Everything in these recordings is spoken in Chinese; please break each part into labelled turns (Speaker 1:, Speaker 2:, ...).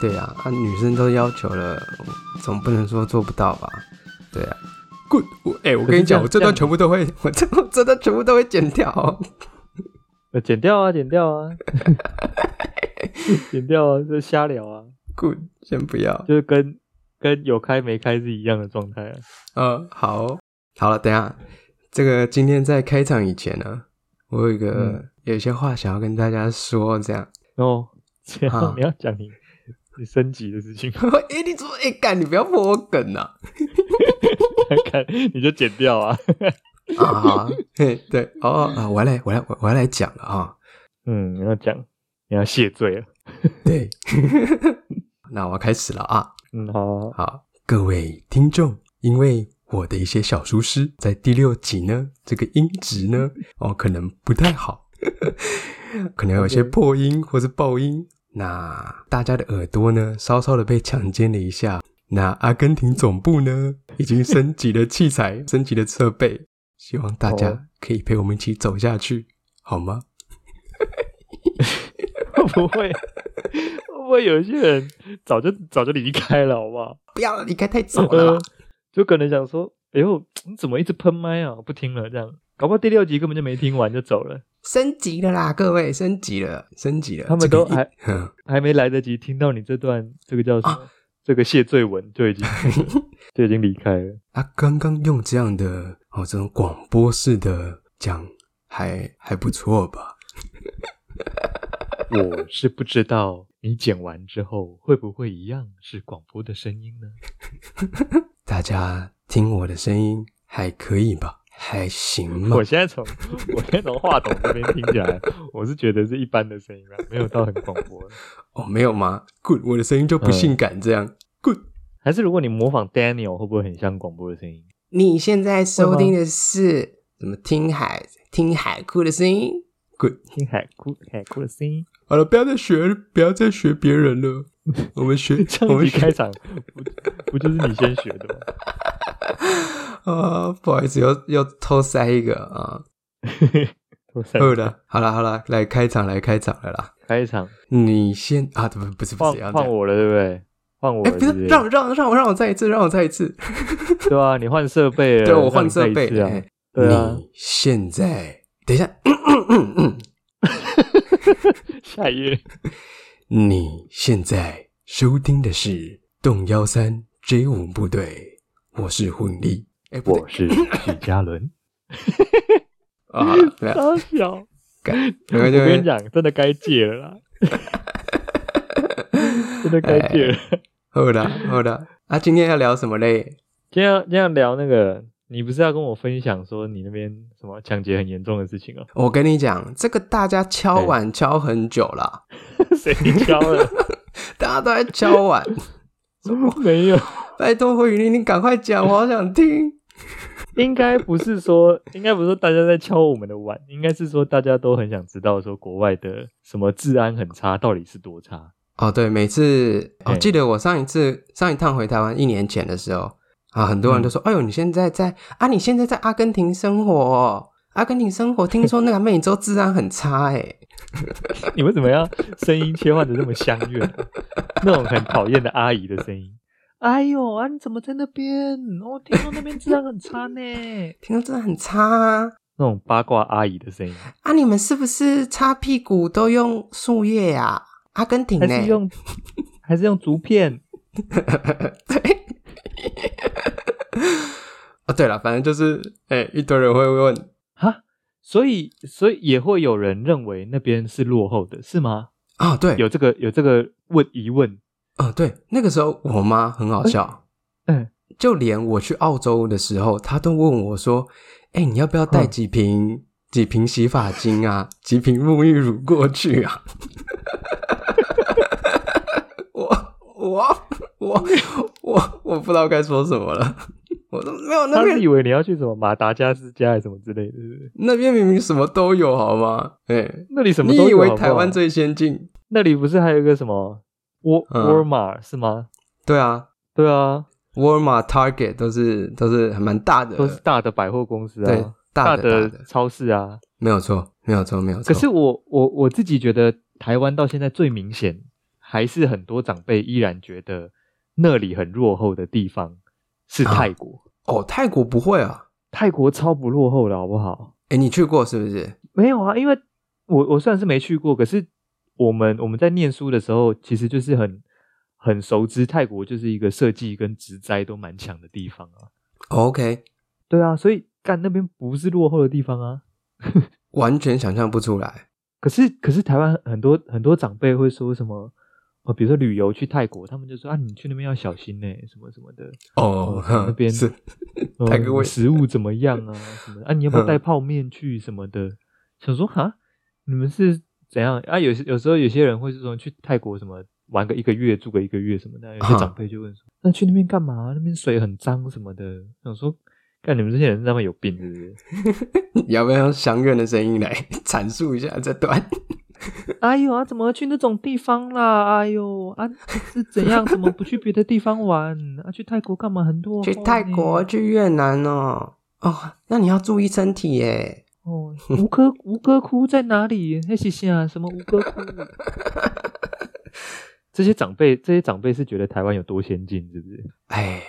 Speaker 1: 对啊，啊，女生都要求了，总不能说做不到吧？对啊。Good，我哎、我
Speaker 2: 可是
Speaker 1: 跟你
Speaker 2: 这
Speaker 1: 讲，
Speaker 2: 样
Speaker 1: 我这段全部都会，我这 我这段全部都会剪掉哦、
Speaker 2: 呃，剪掉啊，剪掉 啊，剪掉啊，这瞎聊啊，
Speaker 1: Good，先不要。
Speaker 2: 就是跟跟有开没开是一样的状态啊。
Speaker 1: 呃，好，好了，等一下，这个今天在开场以前呢，我有一个、
Speaker 2: 嗯
Speaker 1: 有一些话想要跟大家说，这样。
Speaker 2: 然后，然
Speaker 1: 好
Speaker 2: 后你要讲你你升级的事情，
Speaker 1: 哎、你怎么？哎、干，你不要破我梗啊！
Speaker 2: 看你就剪掉啊。
Speaker 1: 啊， 嘿，对，哦啊，我要来，我要来，我要来讲了啊。
Speaker 2: 嗯，你要讲，你要谢罪了。
Speaker 1: 对，那我要开始了啊。
Speaker 2: 嗯，好 啊，
Speaker 1: 好，各位听众，因为我的一些小疏失，在第六集呢，这个音质 呢，哦，可能不太好， 可能有些
Speaker 2: OK
Speaker 1: 破音或是爆音。那大家的耳朵呢，稍稍的被强奸了一下。那阿根廷总部呢，已经升级了器材，升级了设备，希望大
Speaker 2: 哦
Speaker 1: 家可以陪我们一起走下去，好吗？
Speaker 2: 会不会会不会有一些人早就早就离开了，好不好？
Speaker 1: 不要离开太早 了啦
Speaker 2: 呃，就可能想说，哎呦，你怎么一直喷麦啊？不听了这样，搞不好第六集根本就没听完就走了，
Speaker 1: 升级了啦，各位，升级了，升级了。
Speaker 2: 他们
Speaker 1: 这个
Speaker 2: 都
Speaker 1: 一
Speaker 2: 还
Speaker 1: 嗯
Speaker 2: 还没来得及听到你这段这个叫什么、
Speaker 1: 啊
Speaker 2: 这个谢罪文 就已经就已经离开了。
Speaker 1: 他啊刚刚用这样的哦，这种广播式的讲，还还不错吧？
Speaker 2: 我是不知道你剪完之后会不会一样是广播的声音 呢？
Speaker 1: 大家听我的声音还可以吧？还行吗
Speaker 2: 我？现在从我现在从话筒这边听起来，我是觉得是一般的声音啦，没有到很广播。
Speaker 1: 哦，没有吗？Good，我的声音就不性感这样。Good，
Speaker 2: 还是如果你模仿 Daniel，会不会很像广播的声音？
Speaker 1: 你现在
Speaker 2: 收听
Speaker 1: 的是嗯怎么听海听海哭的声音？Good，
Speaker 2: 听海哭海哭的声音。
Speaker 1: 好了，不要再学，不要再学别人 了。我们学，
Speaker 2: 上
Speaker 1: 我
Speaker 2: 一
Speaker 1: 们
Speaker 2: 集
Speaker 1: 学
Speaker 2: 开场不不就是你先学的吗？
Speaker 1: 啊，不好意思，又又偷塞一个啊。
Speaker 2: 我才
Speaker 1: 好了，好了，好了，来开场，来开场了啦。
Speaker 2: 开场
Speaker 1: 你先啊，不不是不
Speaker 2: 换
Speaker 1: 是，要这
Speaker 2: 换
Speaker 1: 样。
Speaker 2: 我了，对不对？换我
Speaker 1: 哎，
Speaker 2: 了，
Speaker 1: 不
Speaker 2: 对
Speaker 1: 是，
Speaker 2: 对？
Speaker 1: 让让让我让我再一次，让我再一次。
Speaker 2: 对啊，你换设备了，
Speaker 1: 对，我
Speaker 2: 让
Speaker 1: 换
Speaker 2: 你
Speaker 1: 设
Speaker 2: 再一
Speaker 1: 备
Speaker 2: 次。啊
Speaker 1: 哎
Speaker 2: 对啊，
Speaker 1: 你现在等一下，嗯嗯嗯嗯，
Speaker 2: 下一页
Speaker 1: 你现在收听的是动幺三 J 五部队，我是混力。哎，不对
Speaker 2: 我是许嘉伦。
Speaker 1: 啊， 对啊，
Speaker 2: 大小，
Speaker 1: 干没
Speaker 2: 我
Speaker 1: 关系没
Speaker 2: 跟你
Speaker 1: 关系
Speaker 2: 讲，真的该戒了啦， 真的该戒
Speaker 1: 哎
Speaker 2: 了。
Speaker 1: 好的好的。啊，今天要聊什么嘞？
Speaker 2: 今天要今天要聊那个，你不是要跟我分享说你那边什么抢劫很严重的事情啊？
Speaker 1: 我跟你讲，这个大家敲
Speaker 2: 哎
Speaker 1: 碗敲很久了，
Speaker 2: 谁敲了？
Speaker 1: 大家都在敲碗。
Speaker 2: 没有，
Speaker 1: 拜托，慧云，你赶快讲，我好想听。
Speaker 2: 应该不是说，应该不是说大家在敲我们的碗，应该是说大家都很想知道说国外的什么治安很差，到底是多差？
Speaker 1: 哦，对，每次我、哦、
Speaker 2: 嘿
Speaker 1: 记得我上一次上一趟回台湾一年前的时候啊，很多
Speaker 2: 嗯
Speaker 1: 人都说：“哎呦，你现在在啊，你现在在阿根廷生活、哦，阿根廷生活，听说那个美洲治安很差哎。
Speaker 2: 你为什么要声音切换的那么香 悦？那种很讨厌的阿姨的声音。哎呦啊！你怎么在那边？我、哦、听说那边治安很差呢。
Speaker 1: 听说治安很差啊，
Speaker 2: 那种八卦阿姨的声音，
Speaker 1: 啊，你们是不是擦屁股都用树叶啊？阿根廷
Speaker 2: 还
Speaker 1: 呢
Speaker 2: 是？用还是用竹片？
Speaker 1: 对。哦，对了，反正就是，哎、一堆人会问，
Speaker 2: 哈，所以所以也会有人认为那边是落后的，是吗？
Speaker 1: 啊、对，
Speaker 2: 有这个有这个问疑问，
Speaker 1: 哦，对，那个时候我妈很好笑，
Speaker 2: 哎嗯，
Speaker 1: 就连我去澳洲的时候，她都问我说：“哎、你要不要带
Speaker 2: 嗯
Speaker 1: 几瓶、几瓶洗发精啊，几瓶沐浴乳过去啊？” 我我我我我不知道该说什么了。我说没有，那
Speaker 2: 他是
Speaker 1: 边
Speaker 2: 以为你要去什么马达加斯加还是什么之类的，是不是
Speaker 1: 那边明明什么都有，好吗？哎、
Speaker 2: 那里什么
Speaker 1: 你
Speaker 2: 都有
Speaker 1: 以为
Speaker 2: 好不好
Speaker 1: 台湾最先进？
Speaker 2: 那里不是还有一个什么沃
Speaker 1: 嗯
Speaker 2: 沃尔玛是吗？
Speaker 1: 对啊，
Speaker 2: 对啊，
Speaker 1: 沃尔玛、Target 都是都是还蛮大的，
Speaker 2: 都是大的百货公司
Speaker 1: 呃对
Speaker 2: 啊，
Speaker 1: 大的
Speaker 2: 的
Speaker 1: 大的
Speaker 2: 超市啊。
Speaker 1: 没有错，没有错，没有错。
Speaker 2: 可是我我我自己觉得台湾到现在最明显还是很多长辈依然觉得那里很落后的地方是泰国。
Speaker 1: 哦，泰国不会啊？
Speaker 2: 泰国超不落后的，好不好？
Speaker 1: 哎，你去过是不是？
Speaker 2: 没有啊，因为我我虽然是没去过，可是我们我们在念书的时候，其实就是很很熟知泰国就是一个设计跟植栽都蛮强的地方啊。
Speaker 1: 哦 OK，
Speaker 2: 对啊，所以干那边不是落后的地方啊。
Speaker 1: 完全想象不出来。
Speaker 2: 可是可是台湾很多很多长辈会说什么？哦，比如说旅游去泰国，他们就说啊，你去那边要小心呢、什么什么的。
Speaker 1: 哦，
Speaker 2: 那边
Speaker 1: 是
Speaker 2: 呃
Speaker 1: 泰国味
Speaker 2: 食物怎么样啊？什么的啊？你要不要
Speaker 1: 嗯
Speaker 2: 带泡面去什么的？想说哈，你们是怎样啊？有些有时候有些人会是说去泰国什么玩个一个月，住个一个月什么的。有些
Speaker 1: 哈
Speaker 2: 长辈就问说，那去那边干嘛？那边水很脏什么的。想说，看你们这些人他妈有病是不是？
Speaker 1: 要不要用相怨的声音来 阐述一下这段？
Speaker 2: 哎呦啊，怎么去那种地方啦？哎呦啊，是怎样？怎么不去别的地方玩？ 啊，去泰国干嘛？很多
Speaker 1: 去泰国、去越南哦。哦，那你要注意身体耶。
Speaker 2: 哦，吴哥吴哥窟在哪里？那是啥？啊什么吴哥窟？这些长辈，这些长辈是觉得台湾有多先进，是不是？
Speaker 1: 哎，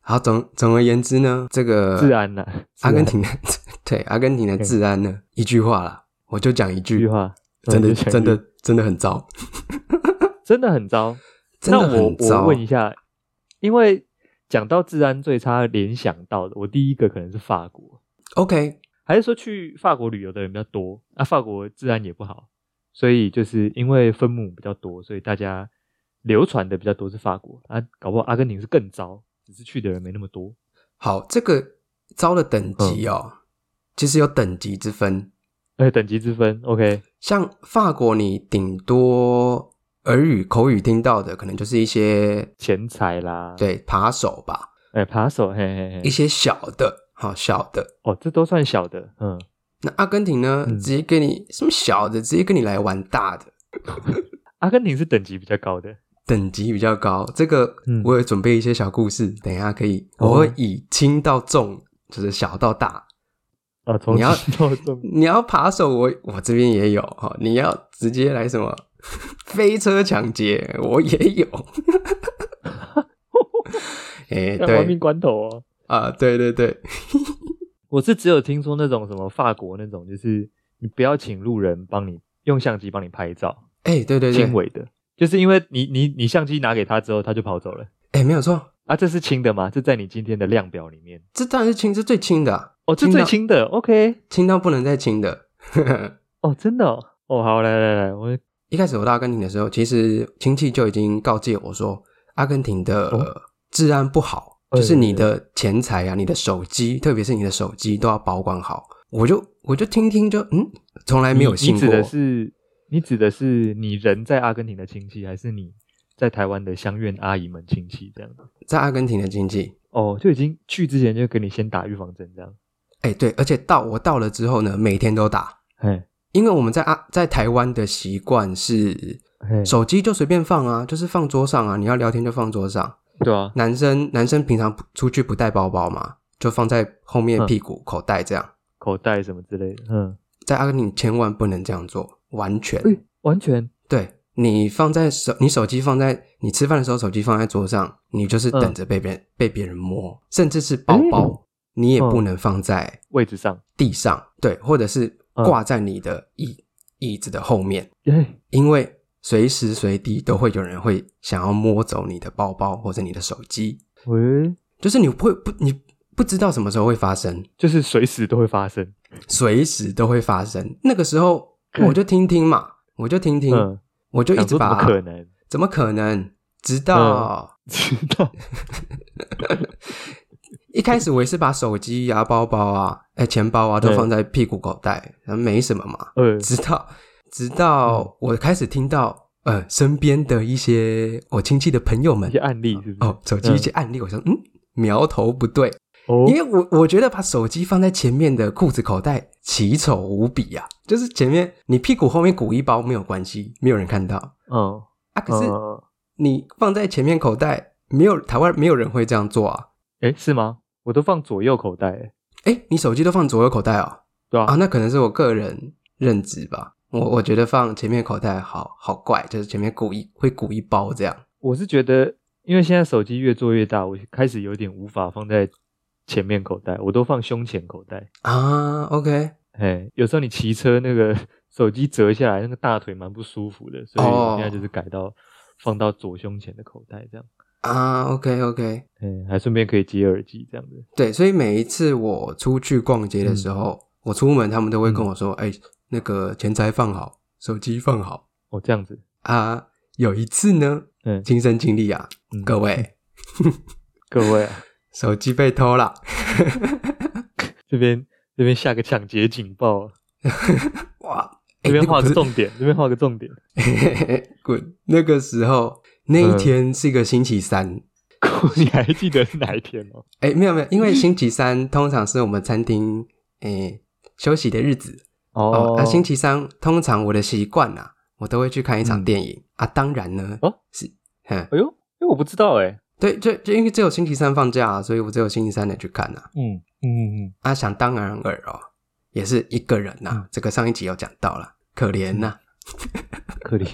Speaker 1: 好，总总而言之呢，这个
Speaker 2: 治安啊呐、
Speaker 1: 呃阿根
Speaker 2: 治
Speaker 1: 廷
Speaker 2: 安
Speaker 1: 的 对阿根廷的治安呢，一句话啦，我就讲一
Speaker 2: 一句
Speaker 1: 句，
Speaker 2: 话，
Speaker 1: 真的
Speaker 2: 嗯就想
Speaker 1: 真的真的很糟，
Speaker 2: 真的很糟。
Speaker 1: 真的
Speaker 2: 那我
Speaker 1: 很
Speaker 2: 我
Speaker 1: 糟。
Speaker 2: 问一下，因为讲到治安最差，联想到的我第一个可能是法国，
Speaker 1: OK，
Speaker 2: 还是说去法国旅游的人比较多？啊，法国治安也不好，所以就是因为分母比较多，所以大家流传的比较多是法国啊，搞不好阿根廷是更糟，只是去的人没那么多。
Speaker 1: 好，这个糟的等级
Speaker 2: 嗯
Speaker 1: 哦，其实有等级之分，
Speaker 2: 呃，等级之分，OK，
Speaker 1: 像法国，你顶多耳语口语听到的，可能就是一些
Speaker 2: 钱财啦，，
Speaker 1: 对扒手吧，
Speaker 2: 哎，扒手，嘿嘿
Speaker 1: 一
Speaker 2: 嘿，
Speaker 1: 些小的，好小的。
Speaker 2: 哦，这都算小的，嗯，
Speaker 1: 那阿根廷呢，
Speaker 2: 嗯
Speaker 1: 直接给你什么小的，直接跟你来玩大的。
Speaker 2: 阿根廷是等级比较高的，
Speaker 1: 等级比较高。这个
Speaker 2: 嗯
Speaker 1: 我有准备一些小故事，等一下可以，
Speaker 2: 哦
Speaker 1: 我会以轻到重，就是小到大。
Speaker 2: 哦，从
Speaker 1: 你要
Speaker 2: 轻到重，
Speaker 1: 你要扒手我，我这边也有哈、哦你要直接来什么 飞车抢劫，我也有。 哎、
Speaker 2: 要亡
Speaker 1: 对
Speaker 2: 命关头哦。
Speaker 1: 啊，对对对，
Speaker 2: 我是只有听说那种什么法国那种，就是你不要请路人帮你用相机帮你拍照，
Speaker 1: 哎、对对
Speaker 2: 轻
Speaker 1: 对，
Speaker 2: 微的，就是因为你你你相机拿给他之后，他就跑走了
Speaker 1: 哎、没有错，
Speaker 2: 啊，这是轻的吗？这在你今天的量表里面，
Speaker 1: 这当然是轻，是最轻的啊、
Speaker 2: 哦，这
Speaker 1: 轻
Speaker 2: 最
Speaker 1: 到
Speaker 2: 轻的，OK，
Speaker 1: 轻到不能再轻的。
Speaker 2: 哦，真的哦，哦，好，来来来，我
Speaker 1: 一开始我到阿根廷的时候，其实亲戚就已经告诫我说，阿根廷的、
Speaker 2: 哦
Speaker 1: 呃治安不好，
Speaker 2: 哎
Speaker 1: 就是你的钱财啊、你的手机，特别是你的手机都要保管好。我就我就听听就嗯，从来没有
Speaker 2: 你
Speaker 1: 信
Speaker 2: 你
Speaker 1: 过
Speaker 2: 指。的是你指的是你人在阿根廷的亲戚，还是你在台湾的乡愿阿姨们亲戚这样子？
Speaker 1: 在阿根廷的经济，
Speaker 2: 哦，就已经去之前就给你先打预防针这样。
Speaker 1: 哎、对，而且到我到了之后呢，每天都打，
Speaker 2: 嘿，
Speaker 1: 因为我们在阿在台湾的习惯是
Speaker 2: 嘿，
Speaker 1: 手机就随便放啊，就是放桌上啊，你要聊天就放桌上。
Speaker 2: 对啊，
Speaker 1: 男生男生平常不出去不带包包嘛，就放在后面
Speaker 2: 嗯
Speaker 1: 屁股口袋这样。
Speaker 2: 口袋什么之类的，嗯，
Speaker 1: 在阿根廷千万不能这样做，完全、
Speaker 2: 哎、完全
Speaker 1: 对。你放在手，你手机放在你吃饭的时候，手机放在桌上，你就是等着被别人、被别人摸，甚至是包包，你也不能放在
Speaker 2: 位置上，
Speaker 1: 地上，对，或者是
Speaker 2: 嗯
Speaker 1: 挂在你的椅、椅子的后面，
Speaker 2: 耶、
Speaker 1: 因为随时随地都会有人会想要摸走你的包包或者你的手机，
Speaker 2: 喂，
Speaker 1: 就是你会不你不知道什么时候会发生，
Speaker 2: 就是随时都会发生。
Speaker 1: 随时都会发生。那个时候
Speaker 2: 看
Speaker 1: 我就听听嘛，我就听听，
Speaker 2: 嗯，
Speaker 1: 我就一
Speaker 2: 想
Speaker 1: 直
Speaker 2: 说怎
Speaker 1: 把
Speaker 2: 么可能？嗯
Speaker 1: 怎么可能？直到、
Speaker 2: 知道？
Speaker 1: 一开始我也是把手机啊、包包啊、哎、钱包啊都
Speaker 2: 嗯
Speaker 1: 放在屁股口袋，然后没什么嘛。
Speaker 2: 呃，
Speaker 1: 直到直
Speaker 2: 嗯
Speaker 1: 到我开始听到呃身边的一些我亲戚的朋友们
Speaker 2: 一些案例是不是？
Speaker 1: 哦手机一些案例，我说嗯苗头不对，
Speaker 2: 哦
Speaker 1: 因为我我觉得把手机放在前面的裤子口袋奇丑无比啊，就是前面你屁股后面鼓一包没有关系，没有人看到
Speaker 2: 嗯，
Speaker 1: 啊，可是
Speaker 2: 嗯
Speaker 1: 你放在前面口袋，没有台湾没有人会这样做啊。
Speaker 2: 哎、是吗？我都放左右口袋、欸，
Speaker 1: 哎，你手机都放左右口袋哦？
Speaker 2: 对吧、
Speaker 1: 啊，那可能是我个人认知吧。我我觉得放前面口袋好好怪，就是前面鼓一会鼓一包这样。
Speaker 2: 我是觉得，因为现在手机越做越大，我开始有点无法放在前面口袋，我都放胸前口袋。
Speaker 1: 啊，OK，
Speaker 2: 哎，有时候你骑车那个 手机折下来，那个大腿蛮不舒服的，所以我现在就是改到放到左胸前的口袋这样。
Speaker 1: 啊，OK OK，
Speaker 2: 哎，还顺便可以接耳机这样子。
Speaker 1: 对，所以每一次我出去逛街的时候，
Speaker 2: 嗯
Speaker 1: 我出门他们都会跟我说：“哎、那个钱财放好，手机放好
Speaker 2: 哦，这样子，
Speaker 1: 啊。”有一次呢，
Speaker 2: 嗯，
Speaker 1: 亲身经历啊，
Speaker 2: 嗯
Speaker 1: 各位，
Speaker 2: 各位啊，
Speaker 1: 手机被偷 了，
Speaker 2: 这边这边下个抢劫警报啊，
Speaker 1: 哇！哎
Speaker 2: 这边
Speaker 1: 那
Speaker 2: 画
Speaker 1: 不
Speaker 2: 个
Speaker 1: 是
Speaker 2: 重点，这边画个重点。 嗯
Speaker 1: 滚！那个时候那一天是一个星期三，
Speaker 2: 你还记得是哪一天哦吗？
Speaker 1: 哎、没有没有，因为星期三通常是我们餐厅哎、休息的日子哦。
Speaker 2: 啊
Speaker 1: 那、星期三通常我的习惯啊，我都会去看一场
Speaker 2: 嗯
Speaker 1: 电影、啊。当然呢，
Speaker 2: 哦
Speaker 1: 是嗯，
Speaker 2: 哎呦，因为我不知道哎，
Speaker 1: 对，就就因为只有星期三放假、啊所以我只有星期三能去看啊。
Speaker 2: 嗯嗯嗯，
Speaker 1: 啊，想当然尔哦，也是一个人呐、
Speaker 2: 嗯
Speaker 1: 这个上一集有讲到了，可怜呐、
Speaker 2: 可怜，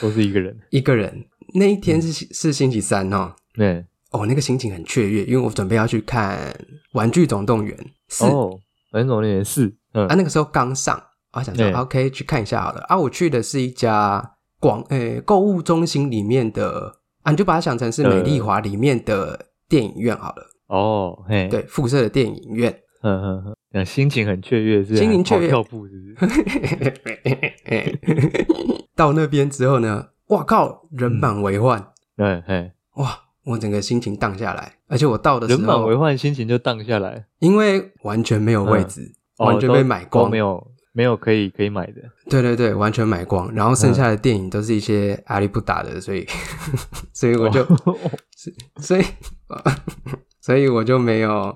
Speaker 2: 都是一个人。
Speaker 1: 一个人。那一
Speaker 2: 嗯
Speaker 1: 天是、是星期三哦，
Speaker 2: 对，
Speaker 1: 哦，那个心情很雀跃，因为我准备要去看《玩具总动员四》
Speaker 2: 哦，反正总而言是，嗯
Speaker 1: 啊，那个时候刚上，啊，想说
Speaker 2: 对
Speaker 1: OK 去看一下好了。啊，我去的是一家广诶购物中心里面的，啊，你就把它想成是美丽华里面的电影院好了，
Speaker 2: 哦，嘿，，
Speaker 1: 对，辐射的电影院。
Speaker 2: 嗯嗯嗯，那心情很雀跃，是
Speaker 1: 心情雀跃
Speaker 2: 还跑跳步是 不是？
Speaker 1: 到那边之后呢，哇靠，人满为患，
Speaker 2: 嗯嘿，
Speaker 1: 哇，我整个心情荡下来。而且我到的时
Speaker 2: 人满为
Speaker 1: 候，
Speaker 2: 患，心情就荡下来，
Speaker 1: 因为完全没有位置，
Speaker 2: 哦
Speaker 1: 完全被买
Speaker 2: 都
Speaker 1: 光，
Speaker 2: 都没有没有可以可以买的，
Speaker 1: 对对对，完全买光。然后剩下的电影都是一些阿里不达的，所以 所以我 就、
Speaker 2: 哦
Speaker 1: 所以 所以我就没有，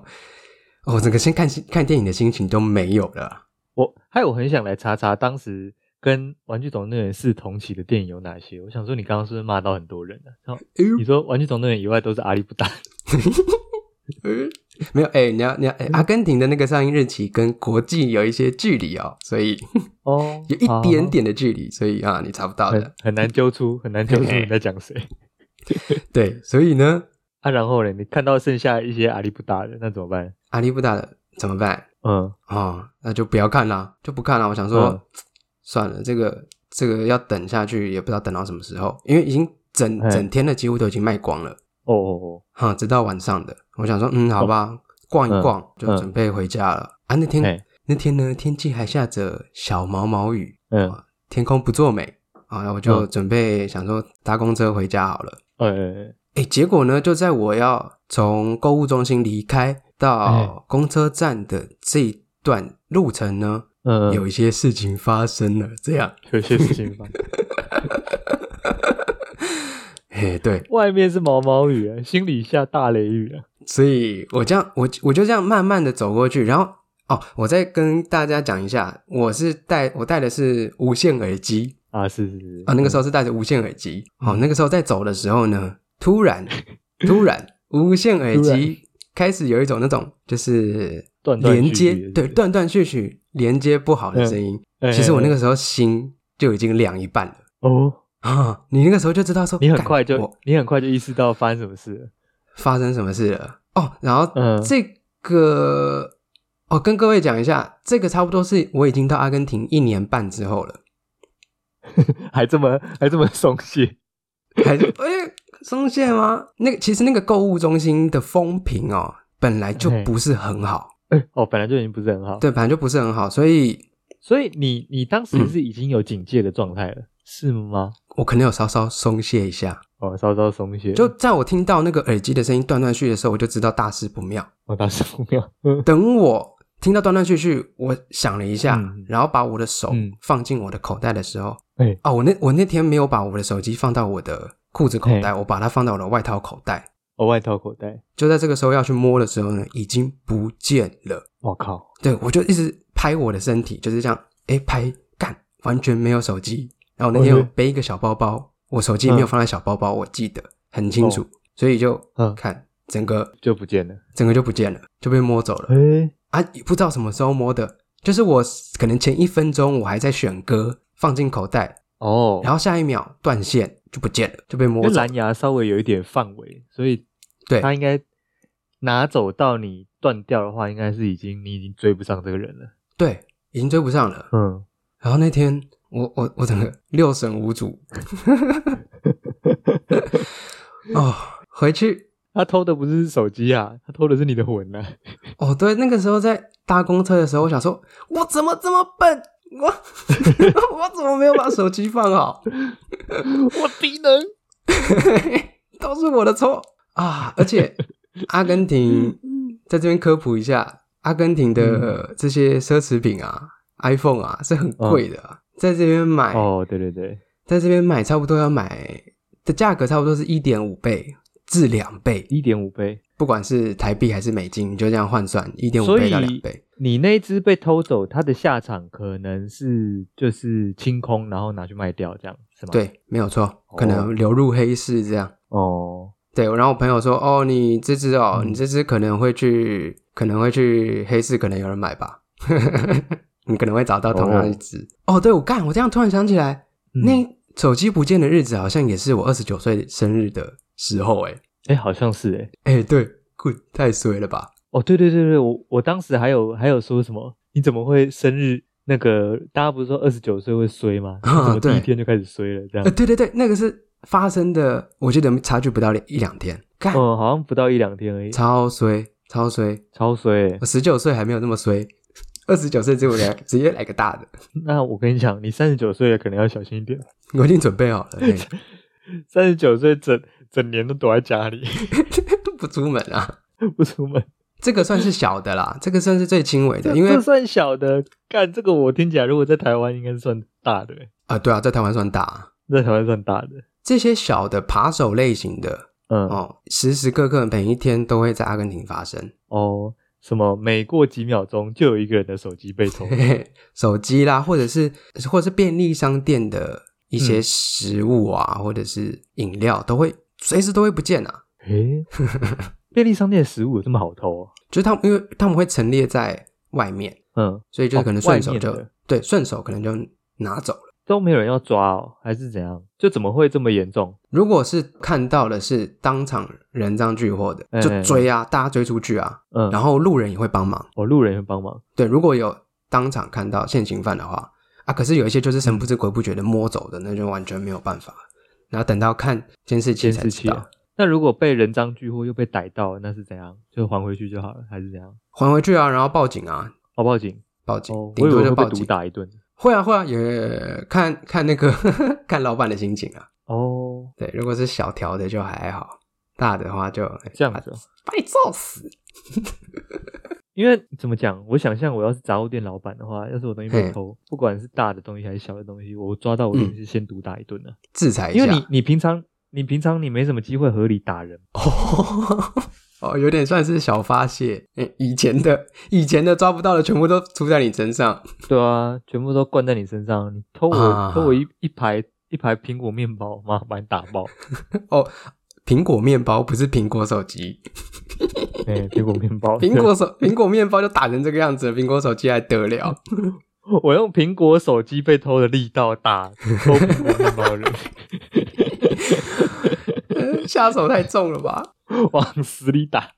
Speaker 1: 我、整个先看看电影的心情都没有了。
Speaker 2: 我还有很想来查查当时。跟《玩具总动员四》同期的电影有哪些？我想说，你刚刚是不是骂到很多人了、然后
Speaker 1: 哎呦
Speaker 2: 你说《玩具总动员》以外都是阿里不达，
Speaker 1: 呃，没有，哎、你要你要，哎、阿根廷的那个上映日期跟国际有一些距离哦，所以
Speaker 2: 哦，
Speaker 1: 有一点
Speaker 2: 好
Speaker 1: 点的距离，所以啊，你查不到
Speaker 2: 哦很
Speaker 1: 的。
Speaker 2: 很难揪出，很难揪出你在讲谁
Speaker 1: 对，所以呢，
Speaker 2: 啊。然后呢，你看到剩下一些阿里不达的，那怎么办？
Speaker 1: 阿里不达的怎么办？
Speaker 2: 嗯，
Speaker 1: 哦，那就不要看啦，就不看啦。我想说，
Speaker 2: 嗯
Speaker 1: 算了，这个这个要等下去，也不知道等到什么时候，因为已经整
Speaker 2: 哎
Speaker 1: 整天的几乎都已经卖光了，
Speaker 2: 哦哦
Speaker 1: 哈、直到晚上的。我想说，嗯，好吧，逛一逛、就
Speaker 2: 嗯
Speaker 1: 准备回家了。啊，那
Speaker 2: 哦，
Speaker 1: 天
Speaker 2: 哎，
Speaker 1: 那天呢，天气还下着小毛毛雨，
Speaker 2: 嗯，
Speaker 1: 天空不作美啊，那我就
Speaker 2: 嗯
Speaker 1: 准备想说搭公车回家好了。
Speaker 2: 哎哎，
Speaker 1: 哎，结果呢，就在我要从购物中心离开到
Speaker 2: 哎
Speaker 1: 公车站的这一段路程呢，
Speaker 2: 嗯，
Speaker 1: 有一些事情发生了。这样，
Speaker 2: 有一些事情吧。
Speaker 1: 嘿，对，
Speaker 2: 外面是毛毛雨啊，心里下大雷雨啊。
Speaker 1: 所以我这样，我我就这样慢慢的走过去，然后哦，我再跟大家讲一下，我是戴我戴的是无线耳机
Speaker 2: 啊，是是是
Speaker 1: 啊，那个时
Speaker 2: 候，
Speaker 1: 候是戴着无线耳机。
Speaker 2: 嗯
Speaker 1: 哦，那个时候在走的时候呢，突 然突然无线耳
Speaker 2: 突然
Speaker 1: 机开始有一种那种就是
Speaker 2: 断断续
Speaker 1: 连接
Speaker 2: 续的
Speaker 1: 对
Speaker 2: 是不是
Speaker 1: 断断续续连接不好的声音。
Speaker 2: 嗯
Speaker 1: 其实我那
Speaker 2: 个
Speaker 1: 个时候心就已经凉一半了
Speaker 2: 哦，
Speaker 1: 啊！你那个时候就知道说，
Speaker 2: 你很
Speaker 1: 干
Speaker 2: 快就
Speaker 1: 我
Speaker 2: 你很快就意识到发生什么事了。
Speaker 1: 发生什么事了哦。然后
Speaker 2: 嗯
Speaker 1: 这个、哦，跟各位讲一下，这个差不多是我已经到阿根廷一年半之后了，
Speaker 2: 还这么还这么松懈，
Speaker 1: 还 是哎松懈吗？那个其实那个购物中心的风评哦，本来就
Speaker 2: 嘿
Speaker 1: 不是很好，
Speaker 2: 哎，哦，本来就已经不是很好，
Speaker 1: 对，本来就不是很好，所以
Speaker 2: 所以你你当
Speaker 1: 嗯
Speaker 2: 时是已经有警戒的状态了，是吗？
Speaker 1: 我可能有稍稍松懈一下。
Speaker 2: 哦，稍稍松懈，
Speaker 1: 就在我听到那个耳机的声音断断续续的时候，我就知道大事不妙。
Speaker 2: 我当时不妙，嗯
Speaker 1: 等我听到断断续续，我想了一下，
Speaker 2: 嗯
Speaker 1: 然后把我的手
Speaker 2: 嗯
Speaker 1: 放进我的口袋的时候，
Speaker 2: 哎
Speaker 1: 哦，我那我那天没有把我的手机放到我的裤子口袋，我把它放到我的外套口袋。
Speaker 2: 我哦外套口袋，
Speaker 1: 就在这个时候要去摸的时候呢，已经不见了。
Speaker 2: 我靠，
Speaker 1: 对我就一直拍我的身体，就是这样，哎，拍干，完全没有手机。然后那天
Speaker 2: 嗯
Speaker 1: 我背一个小包包，我手机没有
Speaker 2: 嗯
Speaker 1: 放在小包包，我记得很清楚，所以就
Speaker 2: 嗯
Speaker 1: 看整个
Speaker 2: 就不见了，
Speaker 1: 整个就不见了，就被摸走了。
Speaker 2: 哎，
Speaker 1: 啊，不知道什么时候摸的，就是我可能前一分钟我还在选歌放进口袋，
Speaker 2: 哦，
Speaker 1: 然后下一秒断线就不见了，就被
Speaker 2: 因
Speaker 1: 摸
Speaker 2: 为
Speaker 1: 走。
Speaker 2: 蓝牙稍微有一点范围，所以
Speaker 1: 对
Speaker 2: 它应该拿走到你断掉的话，应该是已经你已经追不上这个人了。
Speaker 1: 对，已经追不上了。
Speaker 2: 嗯，
Speaker 1: 然后那天我我我整个六神无主， 哦，回去
Speaker 2: 他偷的不是手机啊，他偷的是你的魂啊。
Speaker 1: 哦，对，那个时候在搭公车的时候，我想说，我怎么这么笨？我 我怎么没有把手机放好？
Speaker 2: 我低能。
Speaker 1: 都是我的错嗯啊！而 且阿根廷在这边科普一下，阿根廷的这些奢侈品啊、iPhone 啊是很贵的啊、在这边买，
Speaker 2: 哦，对对对，
Speaker 1: 在这边买差不多要买的价格差不多是一点五倍至两倍，
Speaker 2: 一点五倍。
Speaker 1: 不管是台币还是美金，你就这样换算，一点五
Speaker 2: 所
Speaker 1: 倍
Speaker 2: 以
Speaker 1: 到两倍。
Speaker 2: 你那一只被偷走，它的下场可能是就是清空，然后拿去卖掉，这样是吗？。
Speaker 1: 对，没有错，可能流入黑市这样。
Speaker 2: 哦，
Speaker 1: 对，然后我朋友说：“哦，你这只哦，
Speaker 2: 嗯
Speaker 1: 你这只可能会去，可能会去黑市，可能有人买吧， 你可能会找到同样一只。”哦，对，我干，我这样突然想起来，
Speaker 2: 嗯
Speaker 1: 那手机不见的日子好像也是我二十九岁生日的时候，哎
Speaker 2: 哎，好像是哎。
Speaker 1: 哎，对，good，太衰了吧？
Speaker 2: 哦，对对对对，我我当时还有还有说什么？你怎么会生日？那个大家不是说二十九岁会衰吗？你
Speaker 1: 啊
Speaker 2: 怎么 第
Speaker 1: 对
Speaker 2: 一天就开始衰了？这样
Speaker 1: 呃，，对对对，那个是发生的，我记得差距不到一两天，干，
Speaker 2: 嗯，好像不到一两天而已，
Speaker 1: 超衰，超衰，
Speaker 2: 超衰欸
Speaker 1: 我。十九岁还没有那么衰，二十九岁只有两，直接来个大的，
Speaker 2: 那我跟你讲，你三十九岁了可能要小心一点，
Speaker 1: 我已经准备好了。嘿
Speaker 2: 三十九岁整整年都躲在家里
Speaker 1: 不出门啊，
Speaker 2: 不出门，
Speaker 1: 这个算是小的啦，这个算是最轻微
Speaker 2: 嗯这
Speaker 1: 的，因为
Speaker 2: 这
Speaker 1: 啊、
Speaker 2: 算小的。干这个我听起来，如果在台湾应该是算大的欸，
Speaker 1: 对啊，在台湾算大。
Speaker 2: 在台湾算大的。
Speaker 1: 这些小的扒手类型的
Speaker 2: 嗯哦
Speaker 1: 哦，时时刻刻每一天都会在阿根廷发生，
Speaker 2: 哦什么每过几秒钟就有一个人的手机 被偷。
Speaker 1: 嘿嘿手机啦，或者是或者是便利商店的一些
Speaker 2: 嗯
Speaker 1: 食物啊，或者是饮料，都会随时都会不见啊。
Speaker 2: 诶、便利商店的食物有这么好偷、哦？
Speaker 1: 就是他们，因为他们会陈列在外面，
Speaker 2: 嗯，
Speaker 1: 所以就是
Speaker 2: 哦
Speaker 1: 可能顺手
Speaker 2: 外面
Speaker 1: 就、
Speaker 2: 的
Speaker 1: 对顺手可能就拿走了。
Speaker 2: 都没有人要抓哦，还是怎样？就怎么会这么严重？
Speaker 1: 如果是看到的是当场人赃俱获的，
Speaker 2: 哎
Speaker 1: 就追啊，大家追出去啊，
Speaker 2: 嗯，
Speaker 1: 然
Speaker 2: 后
Speaker 1: 后路人也会帮忙。
Speaker 2: 哦，路人会帮忙。
Speaker 1: 对，如果有当场看到现行犯的话啊，可是有一些就是神不知鬼不觉的摸走的，那就完全没有办法。然后等到看监视器
Speaker 2: 监
Speaker 1: 才
Speaker 2: 视
Speaker 1: 知
Speaker 2: 器啊
Speaker 1: 道，
Speaker 2: 那如果被人赃俱获又被逮到，那是怎样？就还回去就好了，还是怎样？
Speaker 1: 还回去啊，然后报警啊，
Speaker 2: 哦，报警。
Speaker 1: 报警
Speaker 2: 哦，，我
Speaker 1: 顶
Speaker 2: 以
Speaker 1: 多
Speaker 2: 为
Speaker 1: 就
Speaker 2: 会被
Speaker 1: 报
Speaker 2: 毒
Speaker 1: 警。
Speaker 2: 打一顿。
Speaker 1: 会啊会啊，也看看那个 看老板的心情啊。
Speaker 2: 哦，
Speaker 1: 对，如果是小条的就还好，大的话就哎
Speaker 2: 这样子哦、
Speaker 1: 把你揍死。
Speaker 2: 因为怎么讲，我想象我要是杂货店老板的话，要是我东西被
Speaker 1: 嗯
Speaker 2: 偷，不管是大的东西还是小的东西，我抓到我一定
Speaker 1: 嗯
Speaker 2: 是先毒打一顿的、
Speaker 1: 制裁一
Speaker 2: 因
Speaker 1: 下，
Speaker 2: 为你你平常你平常你没什么机会合理打人，
Speaker 1: 哦， 哦，有点算是小发泄。嗯以前的以前的抓不到的，全部都出在你身上。
Speaker 2: 对啊，全部都灌在你身上，你偷我、
Speaker 1: 啊
Speaker 2: 偷我一一排一排苹果面包，妈把你打 爆，
Speaker 1: 哦，苹果面包不是苹果手 机，
Speaker 2: 哎、苹果面包，
Speaker 1: 苹果手苹果面包就打成这个样子，苹果手机还得 了？
Speaker 2: 我用苹果手机被偷的力道打偷苹果面包 的人，
Speaker 1: 呃下手太重了吧？
Speaker 2: 往死里打，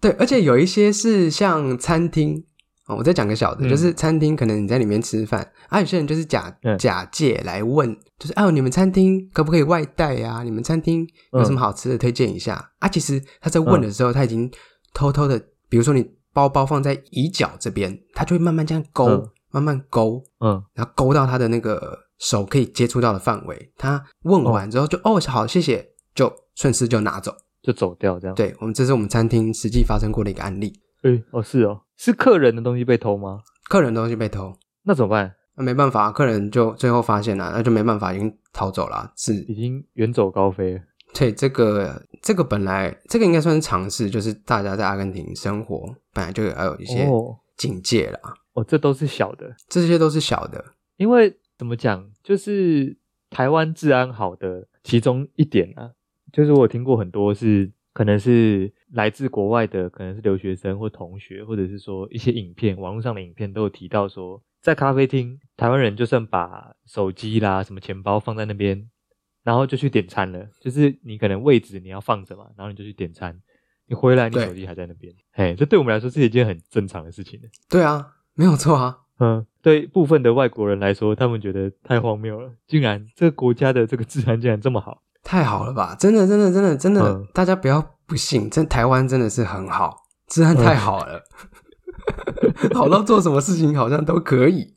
Speaker 1: 对，而且有一些是像餐厅。哦，我再讲个小的，
Speaker 2: 嗯
Speaker 1: 就是餐厅，可能你在里面吃饭，啊，有些人就是假、
Speaker 2: 嗯
Speaker 1: 假借来问，就是啊，你们餐厅可不可以外带呀、你们餐厅
Speaker 2: 嗯
Speaker 1: 有什么好吃的推荐一下、啊？其实他在问的时候，他已经偷偷的，比如说你包包放在椅角这边，他就会慢慢这样勾，
Speaker 2: 嗯
Speaker 1: 慢慢勾，
Speaker 2: 嗯，
Speaker 1: 然后勾到他的那个手可以接触到的范围。他问完之后就哦好谢谢，就顺势就拿走。
Speaker 2: 就走掉这样。
Speaker 1: 对我们这是我们餐厅实际发生过的一个案例，
Speaker 2: 哎、哦，是哦，是客人的东西被偷吗？
Speaker 1: 客人东西被偷。
Speaker 2: 那怎么办？
Speaker 1: 那没办法，客人就最后发现了、那就没办法，已经逃走了啊。是
Speaker 2: 已经远走高飞了。
Speaker 1: 对，这个这个本来这个应该算是常识，就是大家在阿根廷生活本来就要有一些
Speaker 2: 哦
Speaker 1: 警戒啦。
Speaker 2: 哦，这都是小的，
Speaker 1: 这些都是小的，
Speaker 2: 因为怎么讲，就是台湾治安好的其中一点啊，就是我有听过很多是可能是来自国外的可能是留学生或同学，或者是说一些影片，网络上的影片都有提到说，在咖啡厅，台湾人就算把手机啦、什么钱包放在那边，然后就去点餐了。就是你可能位置你要放着嘛，然后你就去点餐，你回来你
Speaker 1: 对
Speaker 2: 手机还在那边，嘿，这对我们来说是一件很正常的事情的。
Speaker 1: 对啊，没有错啊，
Speaker 2: 嗯，对部分的外国人来说，他们觉得太荒谬了，竟然这个国家的这个治安竟然这么好。
Speaker 1: 太好了吧？真的，真的，真的，真的，
Speaker 2: 嗯
Speaker 1: 大家不要不信，真台湾真的是很好，治安太好了， 好到做什么事情好像都可以。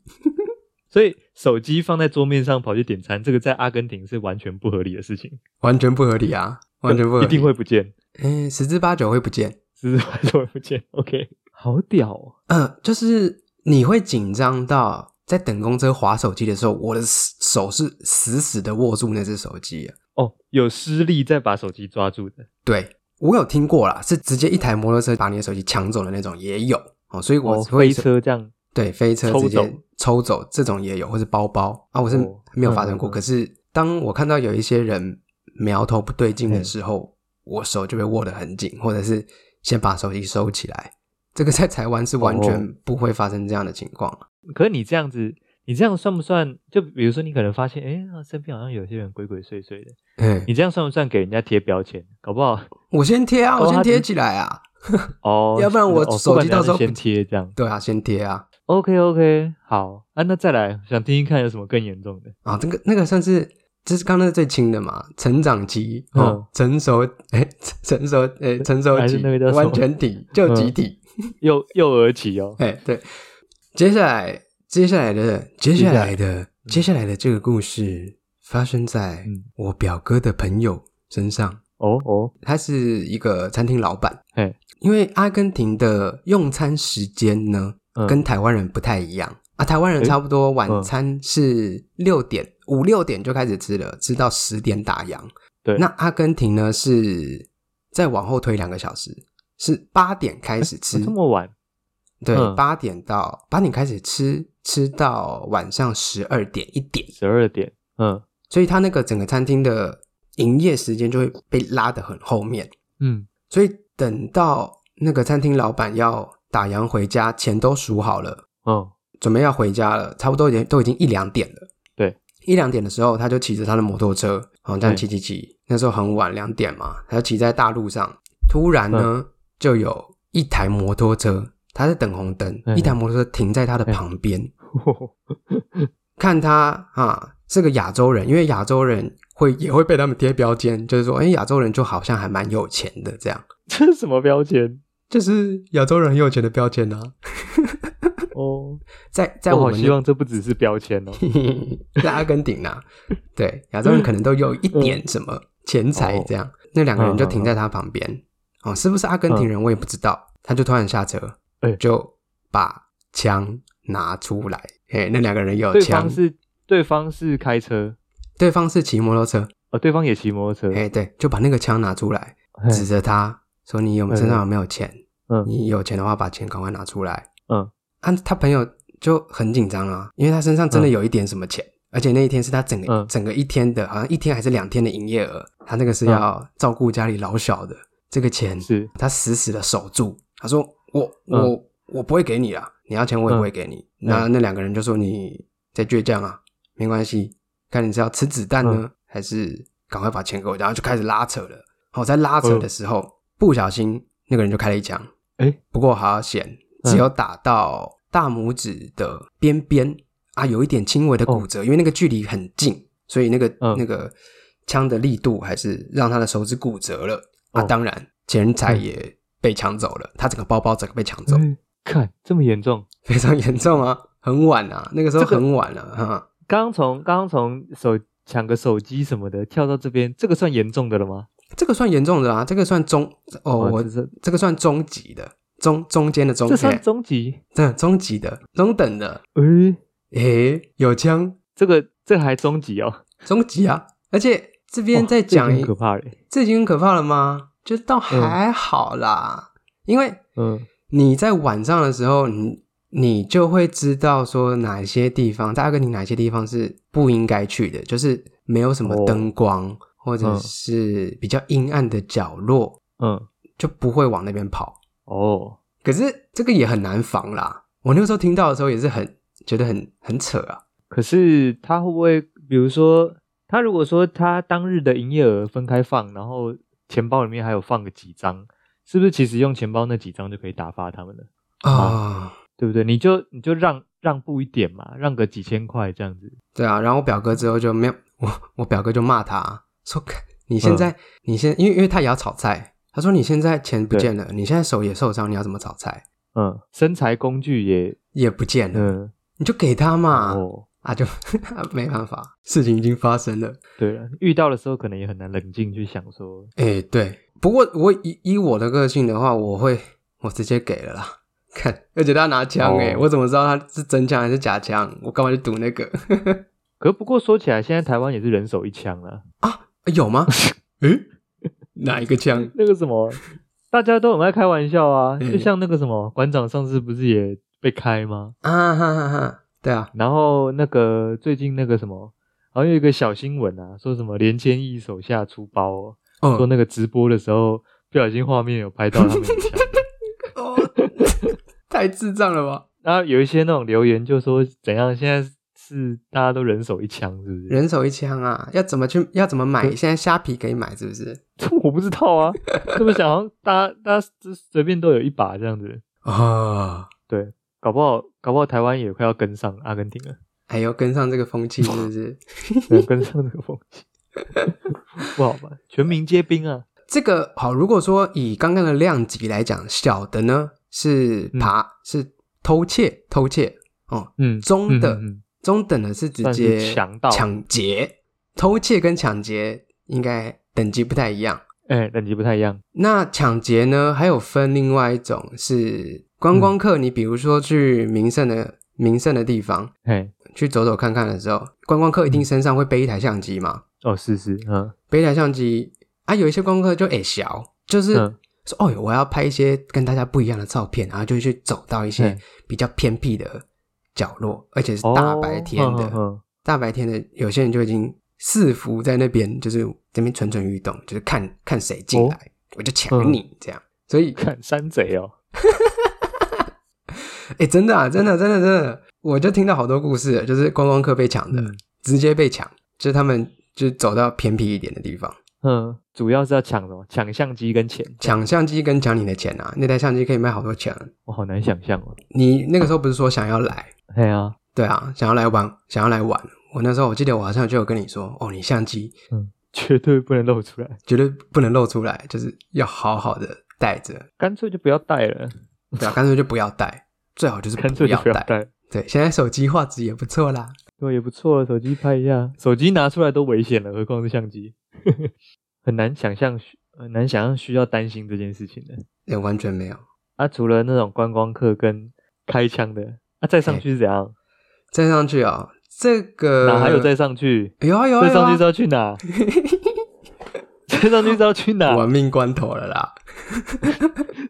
Speaker 2: 所以手机放在桌面上跑去点餐，这个在阿根廷是完全不合理的事情，
Speaker 1: 完全不合理啊，完全不合理，
Speaker 2: 一定会，不见，
Speaker 1: 嗯，十之八九会不见。
Speaker 2: 十之八九会不见。OK，好屌哦！
Speaker 1: 嗯，就是你会紧张到在等公车划手机的时候，我的手是死死的握住那只手机、啊。
Speaker 2: 哦，有失力再把手机抓住的，
Speaker 1: 对我有听过啦，是直接一台摩托车把你的手机抢走的那种也有哦，所以我
Speaker 2: 哦，
Speaker 1: 会
Speaker 2: 飞车这样，
Speaker 1: 对飞车
Speaker 2: 抽
Speaker 1: 直接
Speaker 2: 走
Speaker 1: 抽走这种也有，或是包包啊，我是
Speaker 2: 哦
Speaker 1: 没有发生过。
Speaker 2: 嗯嗯嗯
Speaker 1: 可是当我看到有一些人苗头不对劲的时
Speaker 2: 嗯
Speaker 1: 候，我手就会握得很紧，或者是先把手机收起来。这个在台湾是完全
Speaker 2: 哦
Speaker 1: 不会发生这样的情况。
Speaker 2: 可是你这样子，你这样算不算？就比如说，你可能发现，哎、啊身边好像有些人鬼鬼祟祟的，
Speaker 1: 嗯，
Speaker 2: 你这样算不算给人家贴标签？搞不好
Speaker 1: 我先贴啊，
Speaker 2: 哦
Speaker 1: 我先
Speaker 2: 他
Speaker 1: 贴
Speaker 2: 只
Speaker 1: 起来啊。
Speaker 2: 哦，
Speaker 1: 要不然我
Speaker 2: 哦
Speaker 1: 手机到时候
Speaker 2: 不管怎样先贴这样。
Speaker 1: 对啊，先贴啊。
Speaker 2: OK OK，好啊，那再来，想听听看有什么更严重的。
Speaker 1: 啊，这个那个算是，这是刚刚那最轻的嘛，成长期哦，
Speaker 2: 嗯
Speaker 1: 成熟哎、成熟哎、成熟
Speaker 2: 还是
Speaker 1: 期
Speaker 2: 那个叫什么
Speaker 1: 完全体就集
Speaker 2: 嗯
Speaker 1: 体
Speaker 2: 幼幼儿期哦，
Speaker 1: 哎、对。接下来接下来的接下来的接下来的这个故事发生在
Speaker 2: 嗯
Speaker 1: 我表哥的朋友身上，
Speaker 2: 哦哦，
Speaker 1: 他是一个餐厅老板，
Speaker 2: 嘿，
Speaker 1: 因为阿根廷的用餐时间呢
Speaker 2: 嗯
Speaker 1: 跟台湾人不太一样啊，台湾人
Speaker 2: 诶
Speaker 1: 差不多晚
Speaker 2: 嗯
Speaker 1: 餐是六点五六点就开始吃了，吃到十点打烊。
Speaker 2: 对
Speaker 1: 那阿根廷呢是再往后推两个小时，是八点开始吃，
Speaker 2: 这么晚，
Speaker 1: 对，
Speaker 2: 嗯
Speaker 1: 八点到八点开始吃，吃到晚上十二点一点，
Speaker 2: 十二点，嗯
Speaker 1: 所以他那个整个餐厅的营业时间就会被拉得很后面。
Speaker 2: 嗯，
Speaker 1: 所以等到那个餐厅老板要打烊回家，钱都数好了，
Speaker 2: 哦
Speaker 1: 准备要回家了，差不多已经都已经一两点了。
Speaker 2: 对，
Speaker 1: 一两点的时候，他就骑着他的摩托车，好这样
Speaker 2: 对
Speaker 1: 骑骑骑。那时候很晚，两点嘛，他就骑在大路上。突然呢，就有一台摩托车，他在等红灯，
Speaker 2: 嗯
Speaker 1: 一台摩托车停在他的
Speaker 2: 嗯
Speaker 1: 旁边，看他啊是个亚洲人，因为亚洲人会也会被他们贴标签，就是说，哎，亚洲人就好像还蛮有钱的这样。
Speaker 2: 这是什么标签？
Speaker 1: 就是亚洲人很有钱的标签啊，
Speaker 2: 哦，
Speaker 1: 在在
Speaker 2: 我
Speaker 1: 我
Speaker 2: 好
Speaker 1: 们
Speaker 2: 希望这不只是标签哦，
Speaker 1: 那在阿根廷啊，对亚洲人可能都有一点什么钱
Speaker 2: 哦
Speaker 1: 财这样，那两个人就停在他旁
Speaker 2: 嗯
Speaker 1: 边，哦，是不是阿根廷人我也不知道，他就突然下车
Speaker 2: 哎，
Speaker 1: 就把枪拿出来，嘿，那两个人有
Speaker 2: 对
Speaker 1: 枪
Speaker 2: 方，是对方是开车，
Speaker 1: 对方是骑摩托车，
Speaker 2: 哦，对方也骑摩托车，
Speaker 1: 哎，对，就把那个枪拿出来，
Speaker 2: 嘿
Speaker 1: 指着他说：“你有
Speaker 2: 嗯
Speaker 1: 身上有没有钱？
Speaker 2: 嗯
Speaker 1: 你有钱的话，把钱赶快拿出来。”
Speaker 2: 嗯，
Speaker 1: 啊，他朋友就很紧张啊，因为他身上真的有一点什么钱，而且那一天是他整个、
Speaker 2: 嗯
Speaker 1: 整个一天的，好像一天还是两天的营业额，他那个是要照顾家里老小的，这个钱
Speaker 2: 是
Speaker 1: 他死死的守住。他说：“我我、
Speaker 2: 嗯
Speaker 1: 我不会给你啊，你要钱我也
Speaker 2: 嗯
Speaker 1: 不会给你。那那两个人就说：“你在倔强啊，没关系，看你是要吃子弹呢，
Speaker 2: 嗯
Speaker 1: 还是赶快把钱给我？”然后就开始拉扯了。好，在拉
Speaker 2: 哦
Speaker 1: 扯的时候，不小心那个人就开了一枪。
Speaker 2: 诶嗯
Speaker 1: 不过好险，只有打到大拇指的边边、啊，有一点轻微的骨折，因为那个距离很近，所以那个、
Speaker 2: 哦嗯
Speaker 1: 那个枪的力度还是让他的手指骨折了、啊。
Speaker 2: 哦
Speaker 1: 当然，钱财也被抢走了，他整个包包整个被抢走，
Speaker 2: 嗯看这么严重。
Speaker 1: 非常严重啊，很晚啊，那个时候
Speaker 2: 这个
Speaker 1: 很晚了、哈、
Speaker 2: 刚从刚从手抢个手机什么的跳到这边，这个算严重的了吗？
Speaker 1: 这个算严重的啊，这个算中哦，
Speaker 2: 哇
Speaker 1: 我
Speaker 2: 这是
Speaker 1: 这个算中级的，中中间的中，
Speaker 2: 这算
Speaker 1: 嘿
Speaker 2: 终极？
Speaker 1: 对中级的，中等的，
Speaker 2: 诶、
Speaker 1: 诶，有枪，
Speaker 2: 这个这还终极哦？
Speaker 1: 终极啊！而且这边再
Speaker 2: 这已
Speaker 1: 讲
Speaker 2: 经
Speaker 1: 一，
Speaker 2: 很可嗯怕嘞。
Speaker 1: 这已经很可怕了吗？就倒还好啦，因为
Speaker 2: 嗯，
Speaker 1: 你在晚上的时候，你你就会知道说哪些地方在阿根廷哪些地方是不应该去的，就是没有什么
Speaker 2: 哦
Speaker 1: 灯光，或者
Speaker 2: 嗯
Speaker 1: 是比较阴暗的角落，
Speaker 2: 嗯，
Speaker 1: 就不会往那边跑。
Speaker 2: 哦，
Speaker 1: 可是这个也很难防啦。我那个时候听到的时候也是很觉得很很扯啊。
Speaker 2: 可是他会不会，比如说，他如果说他当日的营业额分开放，然后钱包里面还有放个几张，是不是其实用钱包那几张就可以打发他们了？
Speaker 1: 啊、
Speaker 2: 对不对？你就你就让让步一点嘛，让个几千块这样子。
Speaker 1: 对啊，然后我表哥之后就没有 我，我表哥就骂他说：“你现在、你现因为因为他也要炒菜，他说你现在钱不见了，你现在手也受伤，你要怎么炒菜？
Speaker 2: 嗯，身材工具也
Speaker 1: 也不见了，
Speaker 2: 嗯
Speaker 1: 你就给他嘛。
Speaker 2: 哦，
Speaker 1: 啊，就 没办法，事情已经发生了。
Speaker 2: 对了，遇到的时候可能也很难冷静去想说，
Speaker 1: 哎，对，不过我以以我的个性的话，我会我直接给了啦。看，而且他拿枪哎、
Speaker 2: 哦
Speaker 1: 我怎么知道他是真枪还是假枪？我干嘛去赌那个？
Speaker 2: 可不过说起来，现在台湾也是人手一枪啊了。
Speaker 1: 哎有吗？ 诶，哪一个枪？
Speaker 2: 那个什么，大家都很爱开玩笑啊，
Speaker 1: 嗯
Speaker 2: 就像那个什么馆长上次不是也被开吗？
Speaker 1: 啊哈哈哈，对啊，
Speaker 2: 然后那个最近那个什么，好像有一个小新闻啊，说什么连千亿手下出包、哦，
Speaker 1: 哦
Speaker 2: 说那个直播的时候不小心画面有拍到他们的枪。
Speaker 1: 哦，太智障了吧！
Speaker 2: 然后有一些那种留言就说怎样，现在是大家都人手一枪，是不是？
Speaker 1: 人手一枪啊，要怎么去？要怎么买？现在虾皮可以买是不是？
Speaker 2: 我不知道啊，这么想，好像大家大家随便都有一把这样子，
Speaker 1: 啊、
Speaker 2: 搞不好搞不好台湾也快要跟上阿根廷了。
Speaker 1: 还要哎跟上这个风气是不是？
Speaker 2: 能跟上这个风气，不好吧？全民皆兵啊！
Speaker 1: 这个好，如果说以刚刚的量级来讲，小的呢是爬、是偷窃偷窃哦，
Speaker 2: 嗯
Speaker 1: 中的、
Speaker 2: 嗯嗯嗯
Speaker 1: 中等的是直
Speaker 2: 算
Speaker 1: 接
Speaker 2: 是强盗
Speaker 1: 抢劫，偷窃跟抢劫应该等级不太一样。
Speaker 2: 哎、等级不太一样。
Speaker 1: 那抢劫呢，还有分另外一种是观光
Speaker 2: 嗯
Speaker 1: 客，你比如说去名胜的名胜的地方
Speaker 2: 嘿，
Speaker 1: 去走走看看的时候，观光
Speaker 2: 嗯
Speaker 1: 客一定身上会背一台相机嘛，
Speaker 2: 哦，是是，嗯，
Speaker 1: 背一台相机啊，有一些观光客就哎小，就是
Speaker 2: 嗯
Speaker 1: 说哦，我要拍一些跟大家不一样的照片，然后就去走到一些
Speaker 2: 嗯
Speaker 1: 比较偏僻的角落，而且是大白天的，
Speaker 2: 哦嗯嗯嗯
Speaker 1: 大白天的，有些人就已经四伏在那边，就是这边蠢蠢欲动，就是看看谁进来，我就抢你、这样。所以，
Speaker 2: 看山贼哦，
Speaker 1: 哎、真的啊，真的，真的，真的，我就听到好多故事了，就是观光客被抢的，
Speaker 2: 嗯
Speaker 1: 直接被抢，就是他们就走到偏僻一点的地方，
Speaker 2: 嗯，主要是要抢什么？抢相机跟钱。
Speaker 1: 抢相机跟抢你的钱啊，那台相机可以卖好多钱。啊
Speaker 2: 我好难想象哦。
Speaker 1: 你那个时候不是说想要来，
Speaker 2: 嘿啊，
Speaker 1: 对啊，想要来玩，想要来玩。我那时候我记得我好像就有跟你说，哦，你相机
Speaker 2: 绝对不能露出来，
Speaker 1: 绝对不能露出来，就是要好好的带着，
Speaker 2: 干脆就不要带了，
Speaker 1: 对啊，干脆就不要带，最好就是
Speaker 2: 干脆就
Speaker 1: 要
Speaker 2: 不要
Speaker 1: 带。
Speaker 2: 带。
Speaker 1: 对，现在手机画质也不错啦。
Speaker 2: 对，也不错，啊手机拍一下，手机拿出来都危险了，何况是相机， 很难想象需，很难想象需要担心这件事情的。
Speaker 1: 也哎完全没有。
Speaker 2: 啊，除了那种观光客跟开枪的，啊，再上去是怎样？
Speaker 1: 再上去哦，这个
Speaker 2: 哪还有再上去？
Speaker 1: 有啊有啊
Speaker 2: 再
Speaker 1: 有
Speaker 2: 上去
Speaker 1: 啊
Speaker 2: 是要去哪？再上去是要去哪
Speaker 1: 玩？命关头了啦！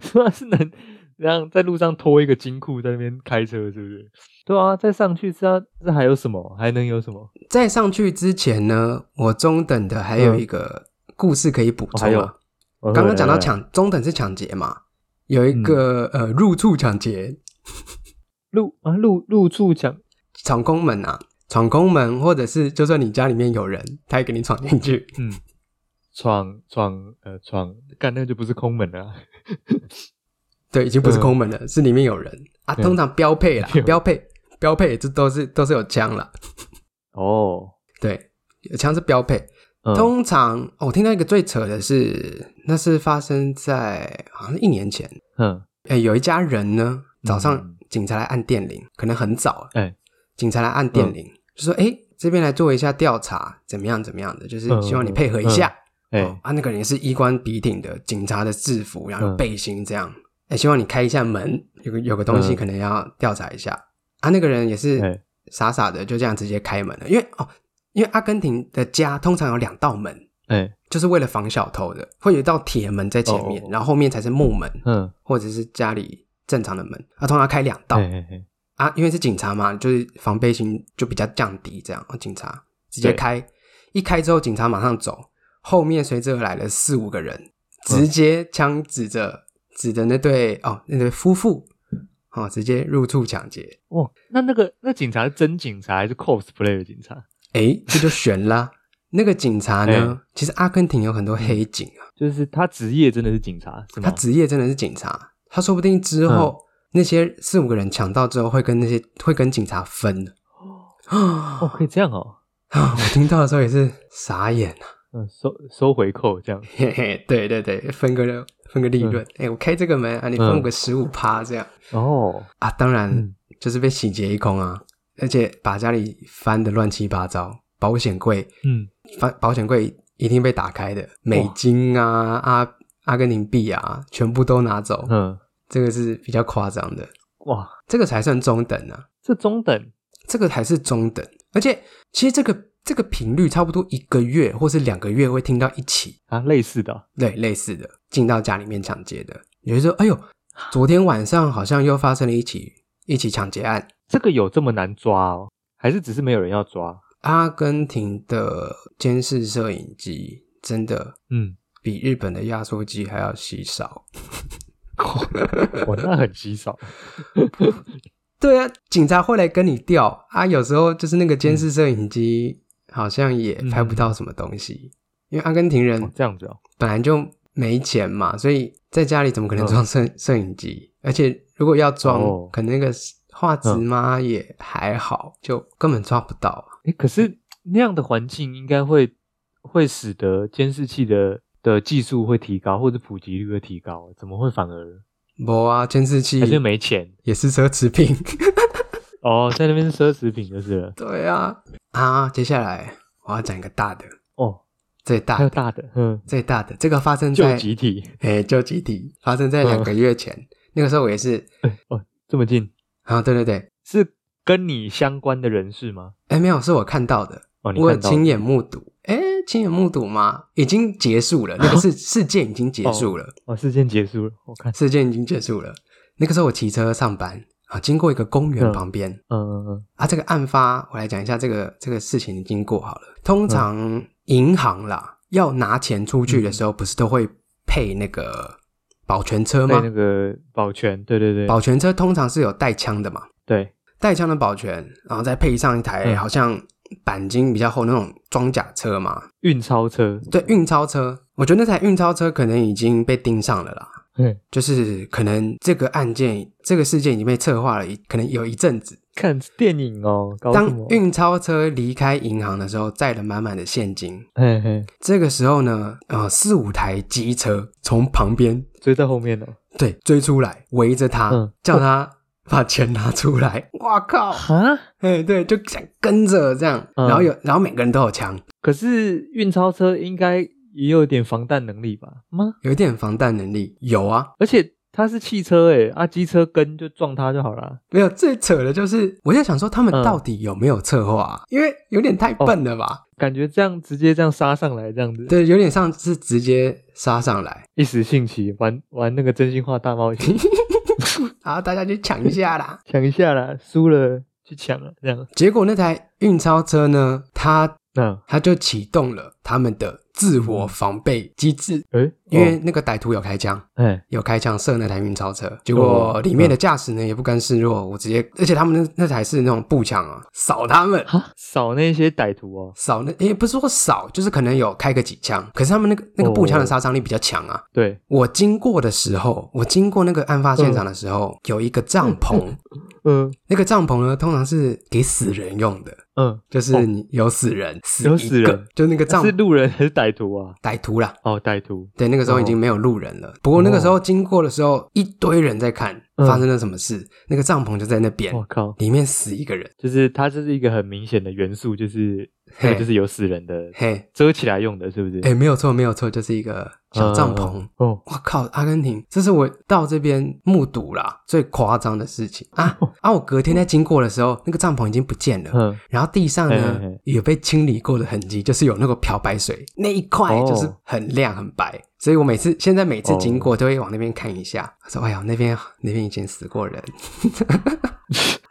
Speaker 2: 是吧？是能让在路上拖一个金库在那边开车，是不是？对啊，再上去是要这还有什么？还能有什么？
Speaker 1: 再上去之前呢，我中等的还有一个故事可以补
Speaker 2: 嗯哦还
Speaker 1: 充
Speaker 2: 有
Speaker 1: 啊。
Speaker 2: 哦
Speaker 1: 刚刚讲到
Speaker 2: 来来来
Speaker 1: 抢中等是抢劫嘛，有一个、
Speaker 2: 嗯
Speaker 1: 呃入住抢劫，
Speaker 2: 入啊入入住抢
Speaker 1: 闯空门啊，闯空门，或者是就算你家里面有人，他也给你闯进去。
Speaker 2: 嗯，闯闯呃闯，干那就不是空门了啊、
Speaker 1: 对，已经不是空门了，是里面有人啊。
Speaker 2: 嗯 对
Speaker 1: 通常标配啦
Speaker 2: 有，人
Speaker 1: 标配标配，这都是都是有枪啦。
Speaker 2: 哦，
Speaker 1: 对，有枪是标配。
Speaker 2: 嗯
Speaker 1: 通常、哦我听到一个最扯的是，那是发生在好像是一年前。
Speaker 2: 嗯
Speaker 1: 哎，有一家人呢，早上
Speaker 2: 嗯
Speaker 1: 警察来按电铃，可能很早，啊
Speaker 2: 哎，嗯
Speaker 1: 警察来按电铃，就说：“哎，这边来做一下调查，怎么样怎么样的，就是
Speaker 2: 嗯
Speaker 1: 希望你配合一下。
Speaker 2: 哎、
Speaker 1: 哦啊，那个人是衣冠笔挺的，警察的制服，然后
Speaker 2: 嗯
Speaker 1: 背心这样。哎，希望你开一下门，有个有个东西
Speaker 2: 嗯
Speaker 1: 可能要调查一下。啊，那个人也是
Speaker 2: 哎
Speaker 1: 傻傻的就这样直接开门了，因为哦，因为阿根廷的家通常有两道门，
Speaker 2: 哎
Speaker 1: 就是为了防小偷的，会有一道铁门在前面，
Speaker 2: 哦哦哦
Speaker 1: 然后后面才是木门
Speaker 2: 嗯
Speaker 1: 或者是家里正常的门。啊，通常开两道
Speaker 2: 哎哎哎
Speaker 1: 啊，因为是警察嘛，就是防备心就比较降低，这样哦警察直接
Speaker 2: 对
Speaker 1: 开，一开之后警察马上走，后面随之而来了四五个人，
Speaker 2: 嗯
Speaker 1: 直接枪指着指着那对哦那对夫妇，哦直接入处抢劫，
Speaker 2: 哇，那那个那警察是真警察还是 cosplay 的警察？
Speaker 1: 诶，这就悬啦。那个警察呢，
Speaker 2: 哎
Speaker 1: 其实阿根廷有很多黑
Speaker 2: 嗯
Speaker 1: 警啊，
Speaker 2: 就是他职业真的是警察是
Speaker 1: 他
Speaker 2: 吗？
Speaker 1: 职业真的是警察，他说不定之后、
Speaker 2: 嗯
Speaker 1: 那些四五个人抢到之后会跟那些会跟警察分的。啊、
Speaker 2: 哦，可以这样哦，
Speaker 1: 我听到的时候也是傻眼啊！
Speaker 2: 嗯，收收回扣这样，
Speaker 1: 嘿嘿， 对对对，分个分个利润，哎、
Speaker 2: 嗯
Speaker 1: 我开这个门啊，你分我个十五趴这样。
Speaker 2: 哦，
Speaker 1: 啊，当然
Speaker 2: 嗯
Speaker 1: 就是被洗劫一空啊，而且把家里翻的乱七八糟，保险柜
Speaker 2: 嗯，
Speaker 1: 翻保险柜一定被打开的，美金啊、阿阿根廷币啊，全部都拿走，
Speaker 2: 嗯，
Speaker 1: 这个是比较夸张的，
Speaker 2: 哇，
Speaker 1: 这个才算中等啊，
Speaker 2: 这中等，
Speaker 1: 这个才是中等，而且其实这个这个频率差不多一个月或是两个月会听到一起，
Speaker 2: 啊，类似的啊，
Speaker 1: 对，类似的进到家里面抢劫的，有人说，哎呦，昨天晚上好像又发生了一起一起抢劫案。
Speaker 2: 这个有这么难抓哦？还是只是没有人要抓？
Speaker 1: 阿根廷的监视摄影机真的
Speaker 2: 嗯，
Speaker 1: 比日本的压缩机还要稀少。
Speaker 2: 哇，那很稀少，哦
Speaker 1: 对啊，警察会来跟你调啊，有时候就是那个监视摄影机好像也拍不到什么东西，因为阿根廷
Speaker 2: 哦
Speaker 1: 人
Speaker 2: 这样子哦，
Speaker 1: 本来就没钱嘛，所以在家里怎么可能装摄摄影机？而且如果要装，
Speaker 2: 嗯哦嗯
Speaker 1: 可能那个画质嘛也还好，就根本抓不到。
Speaker 2: 诶，可是那样的环境应该会会使得监视器的的技术会提高，或者普及率会提高，怎么会反而
Speaker 1: 不啊，监视器
Speaker 2: 还是没钱
Speaker 1: 也是奢侈 品。
Speaker 2: 哦？在那边是奢侈品就是了
Speaker 1: 对啊，啊，接下来我要讲一个大的，
Speaker 2: 哦，
Speaker 1: 最大
Speaker 2: 还有
Speaker 1: 的，
Speaker 2: 大的，嗯，
Speaker 1: 最大的，这个发生
Speaker 2: 救嗯
Speaker 1: 在
Speaker 2: 集体
Speaker 1: 哎救集体，发生在两个月前，那个时候我也是
Speaker 2: 这么近，
Speaker 1: 啊，对对对，
Speaker 2: 是跟你相关的人士吗？
Speaker 1: 哎没有，是我看到的，
Speaker 2: 哦，你
Speaker 1: 我有
Speaker 2: 看到
Speaker 1: 亲眼目睹，哎亲眼目睹吗？已经结束了，那 个事事件已经结束了，
Speaker 2: 哦，事件结束了，我看，
Speaker 1: 事件已经结束了。那个时候我骑车上班啊，经过一个公园
Speaker 2: 嗯
Speaker 1: 旁边，
Speaker 2: 嗯嗯嗯，
Speaker 1: 啊，这个案发，我来讲一下这个这个事情的经过好了。
Speaker 2: 嗯
Speaker 1: 通常银行啦，要拿钱出
Speaker 2: 嗯
Speaker 1: 去的时候，不是都会配那个保全车
Speaker 2: 被
Speaker 1: 吗？
Speaker 2: 那个保全，对对对，
Speaker 1: 保全车通常是有带枪的嘛，
Speaker 2: 对，
Speaker 1: 带枪的保全，然后再配上一台
Speaker 2: 嗯
Speaker 1: 好像钣金比较厚那种装甲车嘛，
Speaker 2: 运钞车，
Speaker 1: 对，运钞车。我觉得那台运钞车可能已经被盯上了啦，
Speaker 2: 嗯，
Speaker 1: 就是可能这个案件、这个事件已经被策划了一，可能有一阵子。
Speaker 2: 看电影哦，搞什
Speaker 1: 当
Speaker 2: 么？
Speaker 1: 运钞车离开银行的时候，载了满满的现金。
Speaker 2: 嘿嘿，
Speaker 1: 这个时候呢，呃，四五台机车从旁边
Speaker 2: 追在后面哦，
Speaker 1: 对追出来，围着他，
Speaker 2: 嗯
Speaker 1: 叫他把钱拿出来。 哇靠！
Speaker 2: 哈，
Speaker 1: 哎，对，就想跟着这样，
Speaker 2: 嗯
Speaker 1: 然后有，然后每个人都有枪，
Speaker 2: 可是运钞车应该也有点防弹能力吧？吗？
Speaker 1: 有一点防弹能力，有啊。
Speaker 2: 而且它是汽车诶，啊，机车跟就撞它就好啦。
Speaker 1: 没有最扯的就是，我在想说他们
Speaker 2: 嗯
Speaker 1: 到底有没有策划啊、因为有点太笨了吧？
Speaker 2: 感觉这样直接这样杀上来，这样子，
Speaker 1: 对，有点像是直接杀上来，
Speaker 2: 一时兴起玩玩那个真心话大冒险，
Speaker 1: 然后大家去抢一下 啦。
Speaker 2: 抢一下啦，输了去抢了，这样，
Speaker 1: 结果那台运钞车呢，它
Speaker 2: 嗯，
Speaker 1: 它就启动了他们的自我防备机制，
Speaker 2: 诶，
Speaker 1: 因为那个歹徒有开枪，
Speaker 2: 哦，哎，
Speaker 1: 有开枪射那台运钞车，结
Speaker 2: 哦
Speaker 1: 果里
Speaker 2: 嗯
Speaker 1: 面的驾驶呢也不甘示弱，我直接，而且他们那那台是那种步枪啊，扫他们。
Speaker 2: 哈，扫那些歹徒哦，
Speaker 1: 扫那也不是说扫，就是可能有开个几枪，可是他们那个那个步枪的
Speaker 2: 哦
Speaker 1: 杀伤力比较强啊。
Speaker 2: 对，
Speaker 1: 我经过的时候，我经过那个案发现场的时候，有一个帐篷，
Speaker 2: 嗯
Speaker 1: 那个帐篷呢通常是给死人用的，
Speaker 2: 嗯，
Speaker 1: 就是
Speaker 2: 哦
Speaker 1: 你有死人，死
Speaker 2: 有
Speaker 1: 一
Speaker 2: 死
Speaker 1: 个
Speaker 2: 人，
Speaker 1: 就那个
Speaker 2: 那
Speaker 1: 帐
Speaker 2: 是路人还是歹徒啊？
Speaker 1: 歹徒啦。
Speaker 2: 哦，歹徒，
Speaker 1: 对，那个时候已经没有路人了。不过那个时候经过的时候，一堆人在看
Speaker 2: 嗯哦
Speaker 1: 发生了什么事。那个帐篷就在那边，
Speaker 2: 我靠，
Speaker 1: 里面死一个人，
Speaker 2: 就是它这是一个很明显的元素，就是那
Speaker 1: 嘿
Speaker 2: 个就是有死人的
Speaker 1: 嘿，
Speaker 2: 遮起来用的，是不是？
Speaker 1: 哎，没有错，没有错，就是一个小帐篷。
Speaker 2: 嗯哦，
Speaker 1: 我靠，阿根廷，这是我到这边目睹啦最夸张的事情 啊！啊，我隔天在经过的时候，那个帐篷已经不见了，
Speaker 2: 嗯，
Speaker 1: 然后地上呢
Speaker 2: 嘿嘿嘿
Speaker 1: 有被清理过的痕迹，就是有那个漂白水那一块，
Speaker 2: 哦
Speaker 1: 就是很亮很白。所以我每次现在每次经
Speaker 2: 哦
Speaker 1: 过都会往那边看一下，我说：“哎呀，那边那边以前死过人。”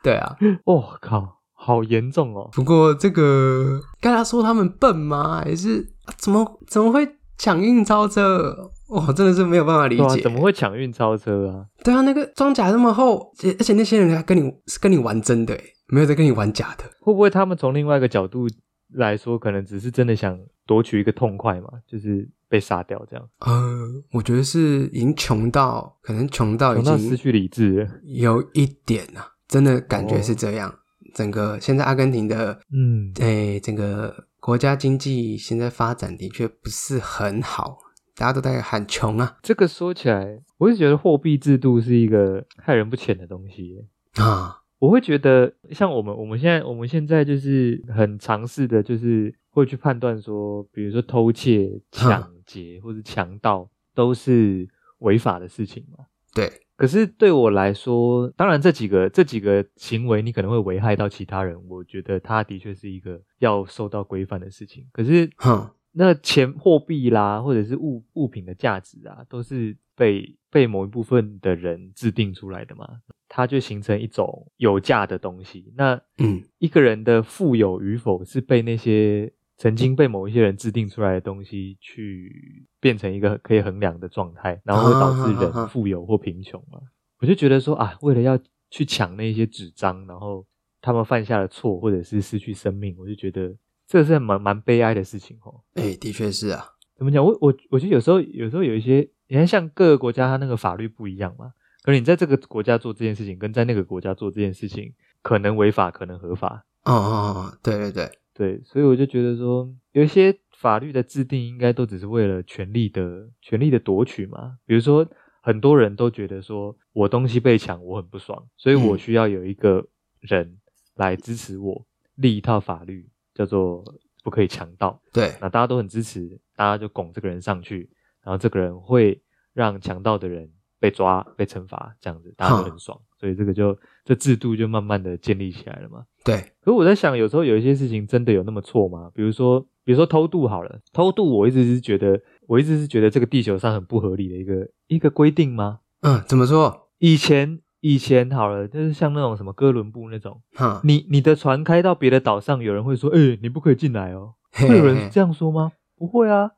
Speaker 1: 对啊，
Speaker 2: 我靠，好严重哦，
Speaker 1: 不过这个该他说他们笨吗？还是啊怎么怎么会抢运钞车？哇，真的是没有办法理
Speaker 2: 对啊
Speaker 1: 解，，
Speaker 2: 怎么会抢运钞车啊？
Speaker 1: 对啊，那个装甲那么厚，而而且那些人还跟你是跟你玩真的欸，没有在跟你玩假的。
Speaker 2: 会不会他们从另外一个角度来说，可能只是真的想夺取一个痛快嘛，就是被杀掉这样，
Speaker 1: 呃，我觉得是已经穷到，可能穷到已
Speaker 2: 等到失
Speaker 1: 经
Speaker 2: 去理智了。
Speaker 1: 有一点啊，真的感觉
Speaker 2: 哦
Speaker 1: 是这样。整个现在阿根廷的，
Speaker 2: 嗯，
Speaker 1: 哎，整个国家经济现在发展的确不是很好，大家都在喊穷啊
Speaker 2: 这个说起来，我是觉得货币制度是一个害人不浅的东西耶。
Speaker 1: 啊，
Speaker 2: 我会觉得，像我们我们现在我们现在就是很尝试的，就是会去判断说，比如说偷窃、抢劫或者强盗都是违法的事情嘛。
Speaker 1: 对，
Speaker 2: 可是对我来说，当然这几个这几个行为你可能会危害到其他人，我觉得它的确是一个要受到规范的事情。可是
Speaker 1: 哼，
Speaker 2: 那钱货币啦，或者是物物品的价值啊，都是被被某一部分的人制定出来的嘛，它就形成一种有价的东西。那
Speaker 1: 嗯，
Speaker 2: 一个人的富有与否，是被那些曾经被某一些人制定出来的东西去变成一个可以衡量的状态，然后会导
Speaker 1: 啊啊
Speaker 2: 致
Speaker 1: 啊啊
Speaker 2: 人富有或贫穷嘛。我就觉得说啊，为了要去抢那些纸张，然后他们犯下了错，或者是失去生命，我就觉得这是蛮蛮悲哀的事情哦。
Speaker 1: 哎，的确是啊，
Speaker 2: 怎么讲？我我我觉得有时候有时候有一些，你看像各个国家它那个法律不一样嘛，可是你在这个国家做这件事情，跟在那个国家做这件事情，可能违法，可能合法，
Speaker 1: 哦哦哦，对对对，
Speaker 2: 对，所以我就觉得说，有一些法律的制定应该都只是为了权利的权利的夺取嘛，比如说。很多人都觉得说，我东西被抢，我很不爽，所以
Speaker 1: 嗯
Speaker 2: 我需要有一个人来支持我立一套法律，叫做不可以强盗。
Speaker 1: 对，
Speaker 2: 那大家都很支持，大家就拱这个人上去，然后这个人会让强盗的人被抓、被惩罚，这样子大家都很爽，所以这个就这制度就慢慢的建立起来了嘛。
Speaker 1: 对，
Speaker 2: 可我在想，有时候有一些事情真的有那么错吗？比如说，比如说偷渡好了，偷渡我一直是觉得，我一直是觉得这个地球上很不合理的一个一个规定吗？
Speaker 1: 嗯，怎么说？
Speaker 2: 以前以前好了，就是像那种什么哥伦布那种，
Speaker 1: 哈，
Speaker 2: 你你的船开到别的岛上，有人会说，哎、你不可以进来哦，
Speaker 1: 嘿
Speaker 2: 会有人
Speaker 1: 嘿
Speaker 2: 这样说吗？不会啊，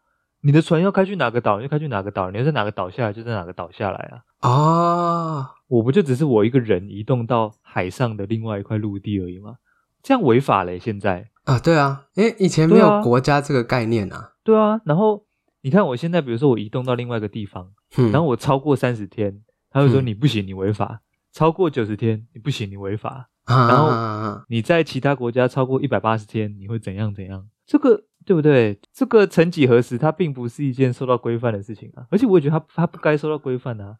Speaker 2: 你的船要开去哪个岛，你就开去哪个岛，你要在哪个岛下来就在哪个岛下来啊。
Speaker 1: 哦，
Speaker 2: 我不就只是我一个人移动到海上的另外一块陆地而已吗？这样违法嘞！现在，
Speaker 1: 啊，对啊，因为以前没
Speaker 2: 对
Speaker 1: 有
Speaker 2: 啊
Speaker 1: 国家这个概念啊。
Speaker 2: 对啊。然后你看，我现在比如说我移动到另外一个地方，
Speaker 1: 嗯，
Speaker 2: 然后我超过三十天，他会说
Speaker 1: 嗯
Speaker 2: 你不行，你违法；超过九十天，你不行，你违法；
Speaker 1: 啊，
Speaker 2: 然后
Speaker 1: 后
Speaker 2: 你在其他国家超过一百八十天，你会怎样怎样？这个对不对？这个曾几何时，它并不是一件受到规范的事情啊，而且我也觉得它它不该受到规范啊。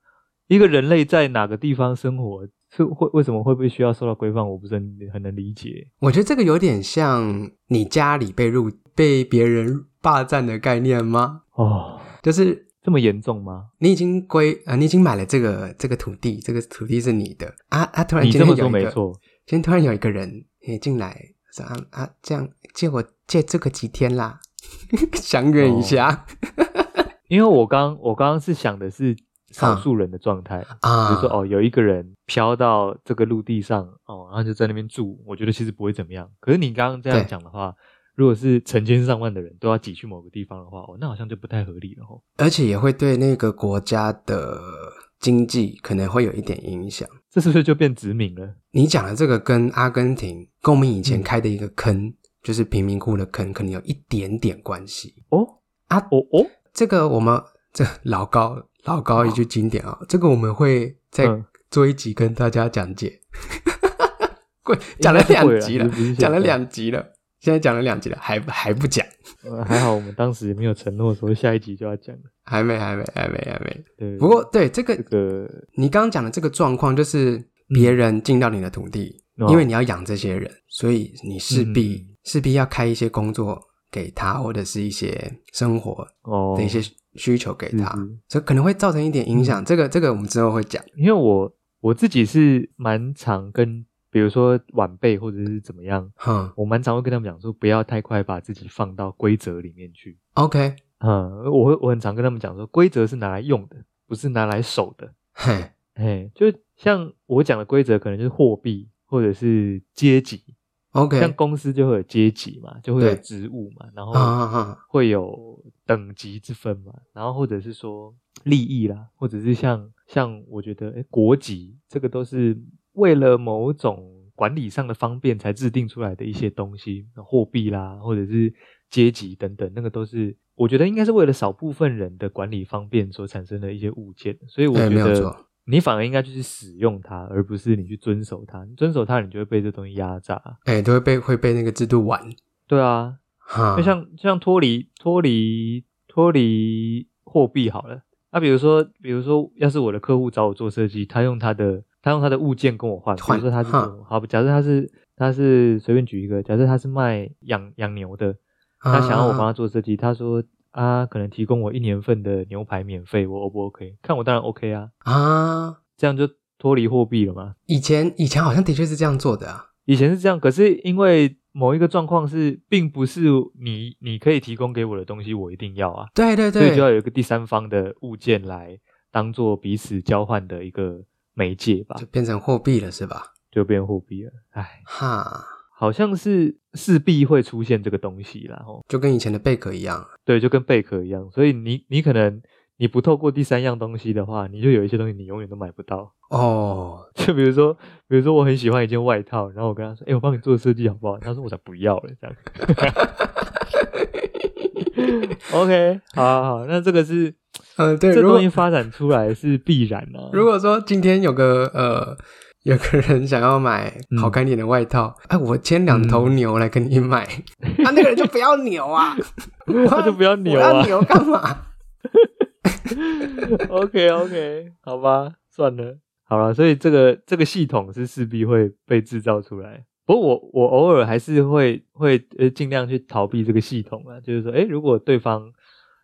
Speaker 2: 一个人类在哪个地方生活，是会为什么会不会需要受到规范？我不是很很能理解。
Speaker 1: 我觉得这个有点像你家里被入被别人霸占的概念吗？
Speaker 2: 哦，
Speaker 1: 就是
Speaker 2: 这么严重吗？
Speaker 1: 你已经归啊、你已经买了这个这个土地，这个土地是你的啊啊！突然
Speaker 2: 你
Speaker 1: 今
Speaker 2: 这
Speaker 1: 天
Speaker 2: 么
Speaker 1: 有
Speaker 2: 说
Speaker 1: 一
Speaker 2: 没
Speaker 1: 个，
Speaker 2: 错，
Speaker 1: 今天突然有一个人也进来说啊啊，这样借我借这个几天啦， 相约一下、
Speaker 2: 因为我刚我刚刚是想的是少数人的状态，比
Speaker 1: 啊。
Speaker 2: 如说哦，有一个人飘到这个陆地上哦，然后就在那边住，我觉得其实不会怎么样。可是你刚刚这样
Speaker 1: 对
Speaker 2: 讲的话，如果是成千上万的人都要挤去某个地方的话，哦，那好像就不太合理了哦。
Speaker 1: 而且也会对那个国家的经济可能会有一点影响。
Speaker 2: 这是不是就变殖民了？
Speaker 1: 你讲的这个跟阿根廷跟我们以前
Speaker 2: 嗯
Speaker 1: 开的一个坑，就是贫民窟的坑，可能有一点点关系
Speaker 2: 哦
Speaker 1: 啊。
Speaker 2: 哦哦，
Speaker 1: 这个我们这老高老高一句经典啊、这个我们会再
Speaker 2: 嗯
Speaker 1: 做一集跟大家讲解。贵讲了两集了讲了
Speaker 2: 应该是会啦只是不是啊嗯现，在
Speaker 1: 两集了，现在讲了两集了，还还不讲，
Speaker 2: 呃还好我们当时也没有承诺说下一集就要讲了。
Speaker 1: 还没还没还没还没。
Speaker 2: 对，
Speaker 1: 不过对这个
Speaker 2: 这个
Speaker 1: 你刚刚讲的这个状况，就是别人进到你的土地，
Speaker 2: 哦
Speaker 1: 因为你要养这些人，所以你势必、
Speaker 2: 嗯
Speaker 1: 势必要开一些工作给他，或者是一些生活
Speaker 2: 哦嗯
Speaker 1: 的一些需求给他，
Speaker 2: 是是
Speaker 1: 所以可能会造成一点影
Speaker 2: 嗯
Speaker 1: 响。这个这个我们之后会讲。
Speaker 2: 因为我我自己是蛮常跟，比如说晚辈或者是怎么样，
Speaker 1: 哼
Speaker 2: 我蛮常会跟他们讲说，不要太快把自己放到规则里面去。
Speaker 1: ，OK，
Speaker 2: 嗯，我会我很常跟他们讲说，规则是拿来用的，不是拿来守的。
Speaker 1: 嘿，
Speaker 2: 嘿，就像我讲的规则，可能就是货币或者是阶级，像
Speaker 1: ，OK，
Speaker 2: 公司就会有阶级嘛，就会有
Speaker 1: 对
Speaker 2: 职务嘛，然后
Speaker 1: 啊啊啊，
Speaker 2: 会有等级之分嘛，然后或者是说利益啦，或者是像像我觉得诶国籍这个都是为了某种管理上的方便才制定出来的一些东西，货币啦，或者是阶级等等，那个都是我觉得应该是为了少部分人的管理方便所产生的一些物件，所以我
Speaker 1: 对
Speaker 2: 觉
Speaker 1: 哎没有
Speaker 2: 得
Speaker 1: 错
Speaker 2: 你反而应该就是使用它，而不是你去遵守它，你遵守它你就会被这东西压榨。
Speaker 1: 哎，都会被会被那个制度玩，
Speaker 2: 对啊，
Speaker 1: 哈，
Speaker 2: 就像就像脱离脱离脱离货币好了。那、比如说，比如说，要是我的客户找我做设计，他用他的他用他的物件跟我换，比
Speaker 1: 换
Speaker 2: 如说他是
Speaker 1: 哈
Speaker 2: 做好，假设他是他是随便举一个，假设他是卖养养牛的，他想要我帮他
Speaker 1: 啊，
Speaker 2: 做设计，他说啊，可能提供我一年份的牛排免费，我 O 不 OK？看我当然 OK 啊，
Speaker 1: 啊，
Speaker 2: 这样就脱离货币了嘛。
Speaker 1: 以前以前好像的确是这样做的啊，
Speaker 2: 以前是这样，可是因为某一个状况是，并不是你你可以提供给我的东西，我一定要啊。
Speaker 1: 对对
Speaker 2: 所以就要
Speaker 1: 对，
Speaker 2: 有一个第三方的物件来当做彼此交换的一个媒介吧
Speaker 1: 就，变成货币了是吧？
Speaker 2: 就变货币了。唉，
Speaker 1: 哈，
Speaker 2: 好像是势必会出现这个东西啦。吼，
Speaker 1: 就跟以前的贝壳一样，
Speaker 2: 对，就跟贝壳一样，所以你你可能你不透过第三样东西的话，你就有一些东西你永远都买不到。
Speaker 1: 哦，
Speaker 2: 就比如说，比如说我很喜欢一件外套，然后我跟他说：“哎、我帮你做设计好不好？”他说：“我才不要了。” 这样。OK，好好好，那这个是
Speaker 1: 嗯，对，
Speaker 2: 这
Speaker 1: 如果
Speaker 2: 东西发展出来是必然啊。
Speaker 1: 如果说今天有个呃，有个人想要买
Speaker 2: 嗯
Speaker 1: 好看一点的外套，哎、我牵两头牛来跟你买，啊， 那个人就不要牛 啊，
Speaker 2: 嗯他就不要牛
Speaker 1: 我要
Speaker 2: 啊。
Speaker 1: 牛干嘛？
Speaker 2: OK OK，好吧，算了，好了，所以这个这个系统是势必会被制造出来。不过我我偶尔还是会会呃尽量去逃避这个系统啊，就是说，诶，如果对方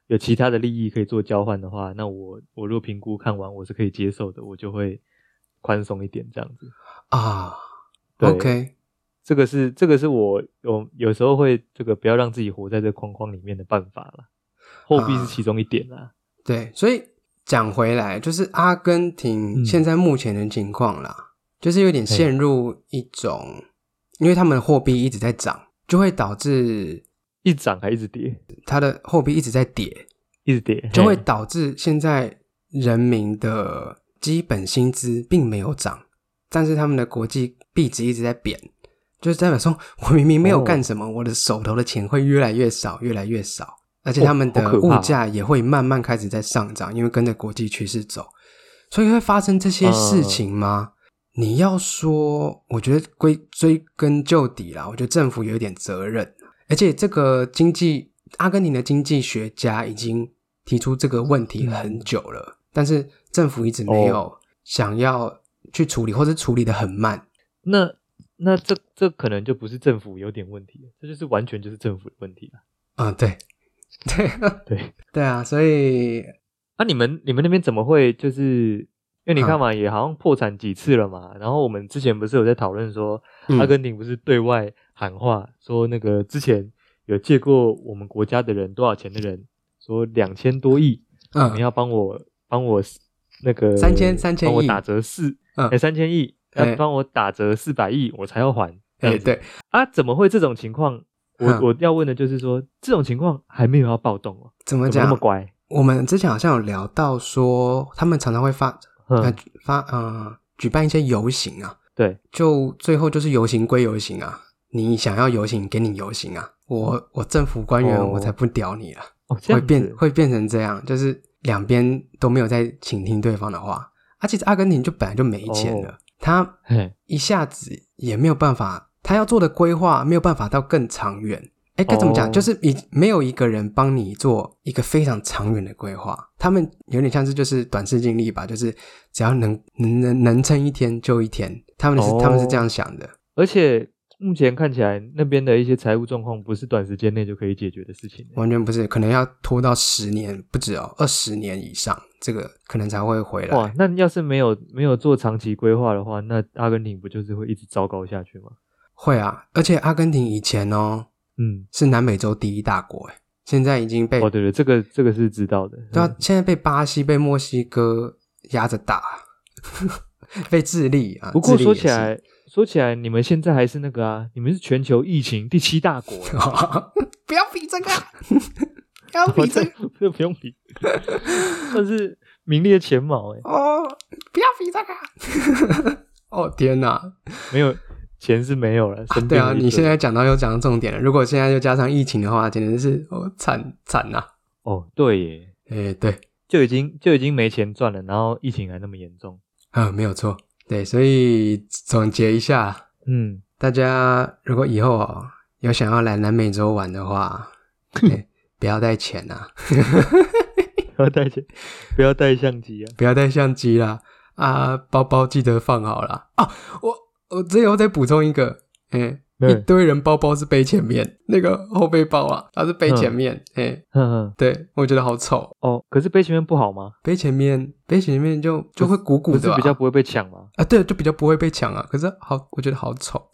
Speaker 2: 有其他的利益可以做交换的话，那我我如果评估看完我是可以接受的，我就会宽松一点这样子。
Speaker 1: 啊
Speaker 2: 对
Speaker 1: ，OK，
Speaker 2: 这个是这个是我有有时候会这个不要让自己活在这个框框里面的办法啦。货币是
Speaker 1: 啊
Speaker 2: 其中一点啦。
Speaker 1: 对，所以讲回来，就是阿根
Speaker 2: 嗯
Speaker 1: 廷现在目前的情况啦，就是有点陷入一
Speaker 2: 嗯
Speaker 1: 种，因为他们的货币一直在涨，就会导致
Speaker 2: 一涨还一直跌，
Speaker 1: 它的货币一直在跌，
Speaker 2: 一直跌
Speaker 1: 就会
Speaker 2: 嘿
Speaker 1: 导致现在人民的基本薪资并没有涨，但是他们的国际币值一直在贬，就是代表说我明明没
Speaker 2: 哦
Speaker 1: 有干什么，我的手头的钱会越来越少，越来越少，而且他们
Speaker 2: 哦好
Speaker 1: 的
Speaker 2: 可怕
Speaker 1: 物价也会慢慢开始在上涨，因为跟着国际趋势走，所以会发生这些
Speaker 2: 呃
Speaker 1: 事情吗？你要说，我觉得归追根究底啦，我觉得政府有一点责任。而且这个经济，阿根廷的经济学家已经提出这个问
Speaker 2: 嗯
Speaker 1: 题很久了，但是政府一直没
Speaker 2: 哦
Speaker 1: 有想要去处理，或者处理的很慢。
Speaker 2: 那那这这可能就不是政府有点问题，这就是完全就是政府的问题了。
Speaker 1: 啊、对，对，
Speaker 2: 对，
Speaker 1: 对啊，所以
Speaker 2: 那、啊你们你们那边怎么会就是？因为你看
Speaker 1: 啊
Speaker 2: 嘛，也好像破产几次了嘛。然后我们之前不是有在讨论说，
Speaker 1: 嗯
Speaker 2: 阿根廷不是对外喊话说，那个之前有借过我们国家的人多少钱的人，说两千多亿，你
Speaker 1: 嗯，
Speaker 2: 要帮我帮我那个
Speaker 1: 三千三千
Speaker 2: 帮我
Speaker 1: 亿
Speaker 2: 打折四，
Speaker 1: 嗯
Speaker 2: 哎三千亿，要
Speaker 1: 哎
Speaker 2: 帮我打折四百亿，我才要还。这
Speaker 1: 哎、
Speaker 2: 样子
Speaker 1: 对，
Speaker 2: 啊，怎么会这种情况？我
Speaker 1: 嗯
Speaker 2: 我要问的就是说，这种情况还没有要暴动哦，
Speaker 1: 怎么
Speaker 2: 怎么那
Speaker 1: 讲
Speaker 2: 么？乖？
Speaker 1: 我们之前好像有聊到说，他们常常会发呃
Speaker 2: 嗯，
Speaker 1: 发呃举办一些游行啊，
Speaker 2: 对，
Speaker 1: 就最后就是游行归游行啊，你想要游行给你游行啊，我我政府官员
Speaker 2: 嗯哦
Speaker 1: 我才不屌你啊，
Speaker 2: 哦，这
Speaker 1: 会
Speaker 2: 样
Speaker 1: 变
Speaker 2: 子，
Speaker 1: 会变成这样，就是两边都没有在倾听对方的话，啊，其实阿根廷就本来就没钱了，
Speaker 2: 哦
Speaker 1: 他
Speaker 2: 嘿，
Speaker 1: 一下子也没有办法，他要做的规划没有办法到更长远。哎，该怎么讲
Speaker 2: 哦
Speaker 1: 就是你没有一个人帮你做一个非常长远的规划，他们有点像是就是短视近利吧，就是只要能能能能撑一天就一天，他们是、
Speaker 2: 哦
Speaker 1: 他们是这样想的。
Speaker 2: 而且目前看起来那边的一些财务状况不是短时间内就可以解决的事情。
Speaker 1: 完全不是，可能要拖到十年不止哦，二十年以上，这个可能才会回来。
Speaker 2: 欸哇，那要是没有没有做长期规划的话，那阿根廷不就是会一直糟糕下去吗？
Speaker 1: 会啊，而且阿根廷以前哦
Speaker 2: 嗯，
Speaker 1: 是南美洲第一大国，哎，现在已经被、
Speaker 2: 哦，对对，这个这个是知道的。
Speaker 1: 对啊
Speaker 2: 嗯，
Speaker 1: 现在被巴西、被 墨西哥压着打，被智利啊。
Speaker 2: 不过
Speaker 1: 智利
Speaker 2: 说
Speaker 1: 也是
Speaker 2: 起 来，说起来，你们现在还是那个啊，你们是全球疫情第七大国、欸，
Speaker 1: 不要比这个啊，不 要比这个
Speaker 2: 这不用比，算是名列前茅哎、
Speaker 1: 哦，不要比这个啊。 哦天哪！
Speaker 2: 没有钱是没有了，生病
Speaker 1: 对啊，
Speaker 2: 了一
Speaker 1: 你现
Speaker 2: 堆
Speaker 1: 在讲到又讲到重点了。如果现在又加上疫情的话，简直是哦惨惨呐！
Speaker 2: 哦对耶，
Speaker 1: 哎、对，
Speaker 2: 就已经就已经没钱赚了，然后疫情还那么严重，
Speaker 1: 啊，没有错，对，所以总结一下，
Speaker 2: 嗯，
Speaker 1: 大家如果以后哦有想要来南美洲玩的 话，哎不要带钱啊，
Speaker 2: 不要带钱，不要带相机啊，
Speaker 1: 不要带相机啦，啊，包包记得放好啦。啊，我我最后再补充一个，哎、一
Speaker 2: 对，
Speaker 1: 堆人包包是背前面，那个后背包啊，它是背前面，哎、
Speaker 2: 哼哼，
Speaker 1: 对我觉得好丑，
Speaker 2: 哦，可是背前面不好吗？
Speaker 1: 背前面背前面就就会鼓鼓
Speaker 2: 不是
Speaker 1: 的、啊，
Speaker 2: 比较不会被抢吗？
Speaker 1: 啊，对，就比较不会被抢啊。可是好，我觉得好丑，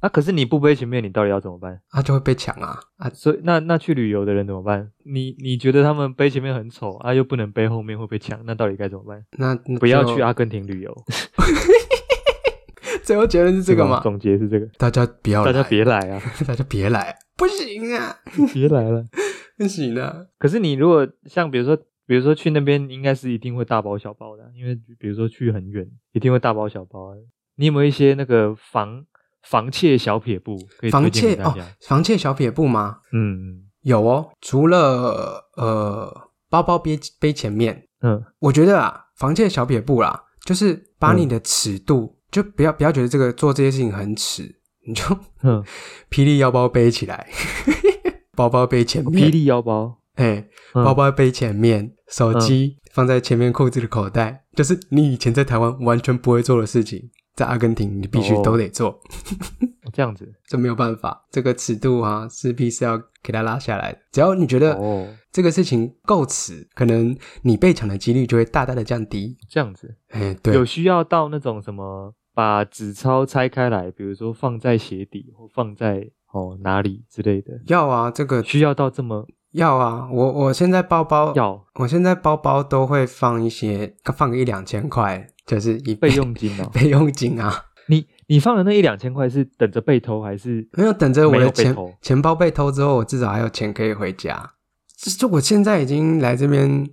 Speaker 2: 啊，可是你不背前面，你到底要怎么办？
Speaker 1: 啊，就会被抢啊啊，
Speaker 2: 所以那那去旅游的人怎么办？你你觉得他们背前面很丑啊，又不能背后面会被抢，那到底该怎么办？
Speaker 1: 那那
Speaker 2: 不要
Speaker 1: 就
Speaker 2: 去阿啊根廷旅游，
Speaker 1: 最后结论是这个
Speaker 2: 是吧
Speaker 1: 嘛？
Speaker 2: 总结是这个，
Speaker 1: 大家不要
Speaker 2: 大
Speaker 1: 来，
Speaker 2: 家别来啊，
Speaker 1: 大家别来，不行啊，
Speaker 2: 别来了。
Speaker 1: 不行啊，
Speaker 2: 可是你如果像比如说，比如说去那边，应该是一定会大包小包的啊，因为比如说去很远，一定会大包小包啊。你有没有一些那个防防窃小撇步可以推
Speaker 1: 防
Speaker 2: 荐给
Speaker 1: 窃
Speaker 2: 大
Speaker 1: 哦
Speaker 2: 家？，
Speaker 1: 防窃小撇步吗？
Speaker 2: 嗯
Speaker 1: 有哦，除了呃包包背背前面，
Speaker 2: 嗯
Speaker 1: 我觉得啊，防窃小撇步啦，就是把你的尺
Speaker 2: 嗯
Speaker 1: 度、就不要不要觉得这个做这些事情很耻，你就
Speaker 2: 嗯，
Speaker 1: 霹雳腰包背起来， 包包背前面，
Speaker 2: 哦霹雳腰包，
Speaker 1: 哎、
Speaker 2: 嗯
Speaker 1: 包包背前面，手机放在前面裤子的口袋，就是你以前在台湾完全不会做的事情，在阿根廷你必须
Speaker 2: 哦
Speaker 1: 都得做，
Speaker 2: 这样子
Speaker 1: 这没有办法，这个尺度啊，势必是要给它拉下来的。只要你觉得
Speaker 2: 哦，
Speaker 1: 这个事情够耻，可能你被抢的几率就会大大的降低。
Speaker 2: 这样子
Speaker 1: 哎，对
Speaker 2: 有，需要到那种什么把纸钞拆开来，比如说放在鞋底或放在哦哪里之类的，
Speaker 1: 要啊，这个
Speaker 2: 需要到这么
Speaker 1: 要啊，我我现在包包，
Speaker 2: 要
Speaker 1: 我现在包包都会放一些，放个一两千块，就是一。
Speaker 2: 备用金哦
Speaker 1: 备用金啊。
Speaker 2: 你你放的那一两千块是等着被偷还是
Speaker 1: 没有等着我
Speaker 2: 没
Speaker 1: 的
Speaker 2: 有被
Speaker 1: 钱
Speaker 2: 偷
Speaker 1: 钱包被偷之后，我至少还有钱可以回家。这这我现在已经来这边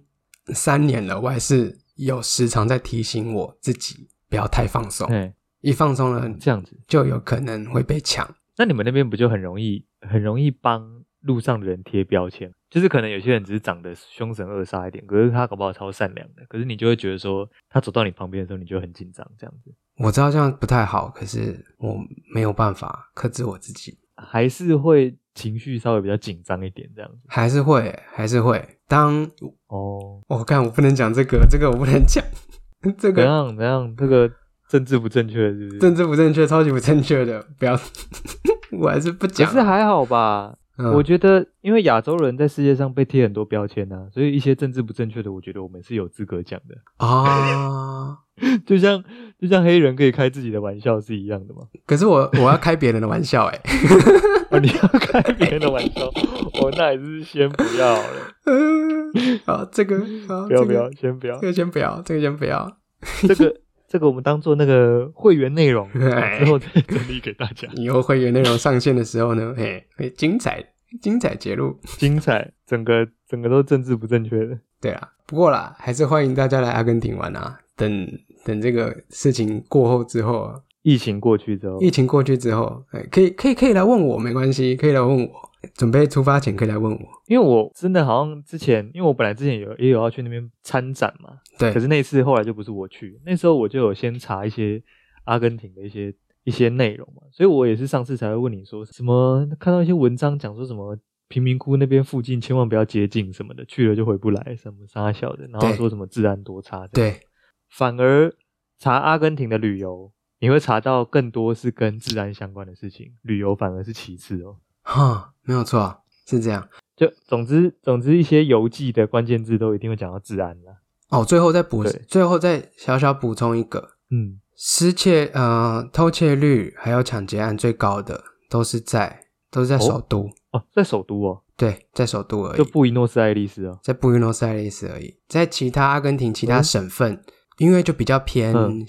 Speaker 1: 三年了，我还是有时常在提醒我自己不要太放松，
Speaker 2: 哎，
Speaker 1: 一放松了
Speaker 2: 这样子。
Speaker 1: 就有可能会被抢。
Speaker 2: 那你们那边不就很容易，很容易帮路上的人贴标签？就是可能有些人只是长得凶神恶煞一点，可是他搞不好超善良的，可是你就会觉得说，他走到你旁边的时候，你就很紧张，这样子，
Speaker 1: 我知道这样不太好，可是我没有办法克制我自己，
Speaker 2: 还是会情绪稍微比较紧张一点，这样子。
Speaker 1: 还是会还是会。当
Speaker 2: 哦，
Speaker 1: 我看、我不能讲这个，这个我不能讲，这
Speaker 2: 怎
Speaker 1: 个
Speaker 2: 样怎样？这个政治不正确是不是？
Speaker 1: 政治不正确，超级不正确的，不要， 我还是不
Speaker 2: 可
Speaker 1: 讲。
Speaker 2: 是还好吧，
Speaker 1: 嗯
Speaker 2: 我觉得因为亚洲人在世界上被贴很多标签啊，所以一些政治不正确的，我觉得我们是有资格讲的。
Speaker 1: 啊，
Speaker 2: 就像就像黑人可以开自己的玩笑是一样的嘛。
Speaker 1: 可是我我要开别人的玩笑哎、
Speaker 2: 哦，你要开别人的玩笑， 哦，那还是先不要好了，
Speaker 1: 嗯， 好，这个好，
Speaker 2: 不要
Speaker 1: 这
Speaker 2: 不
Speaker 1: 个
Speaker 2: 要，先不要
Speaker 1: 这，个先不要，这个先不要。
Speaker 2: 这个这个我们当做那个会员内容，
Speaker 1: 哎
Speaker 2: 之后再整理给大家，
Speaker 1: 以后会员内容上线的时候呢，嘿，会精彩精彩节录。
Speaker 2: 精彩，整个整个都政治不正确的，
Speaker 1: 对啊，不过啦，还是欢迎大家来阿根廷玩啊。等等，这个事情过后之后啊，
Speaker 2: 疫情过去之后，
Speaker 1: 疫情过去之后，哎，可以可以可以来问我，没关系，可以来问我。准备出发前可以来问我。
Speaker 2: 因为我真的好像之前，因为我本来之前有也有要去那边参展嘛，
Speaker 1: 对
Speaker 2: 可，是那一次后来就不是我去，那时候我就有先查一些阿根廷的一些一些内容嘛，所以我也是上次才会问你说什么，看到一些文章讲说什么贫民窟那边附近千万不要接近什么的，去了就回不来，什么傻小的，然后
Speaker 1: 对
Speaker 2: 说什么治安多差，，
Speaker 1: 对，
Speaker 2: 反而查阿根廷的旅游，你会查到更多是跟治安相关的事情，旅游反而是其次哦。
Speaker 1: 哈，没有错啊，是这样。
Speaker 2: 就总之，总之一些游记的关键字都一定会讲到治安啦。
Speaker 1: 哦，最后再补
Speaker 2: 对，
Speaker 1: 最后再小小补充一个，
Speaker 2: 嗯，
Speaker 1: 失窃、呃，偷窃率还有抢劫案最高的都是在都是在首都，
Speaker 2: 哦，在首都哦，
Speaker 1: 对，在首都而
Speaker 2: 就
Speaker 1: 已，
Speaker 2: 布宜诺斯艾利斯哦。
Speaker 1: 在布宜诺斯艾利斯而已，在其他阿根廷其他省份，因为就比较偏、
Speaker 2: 嗯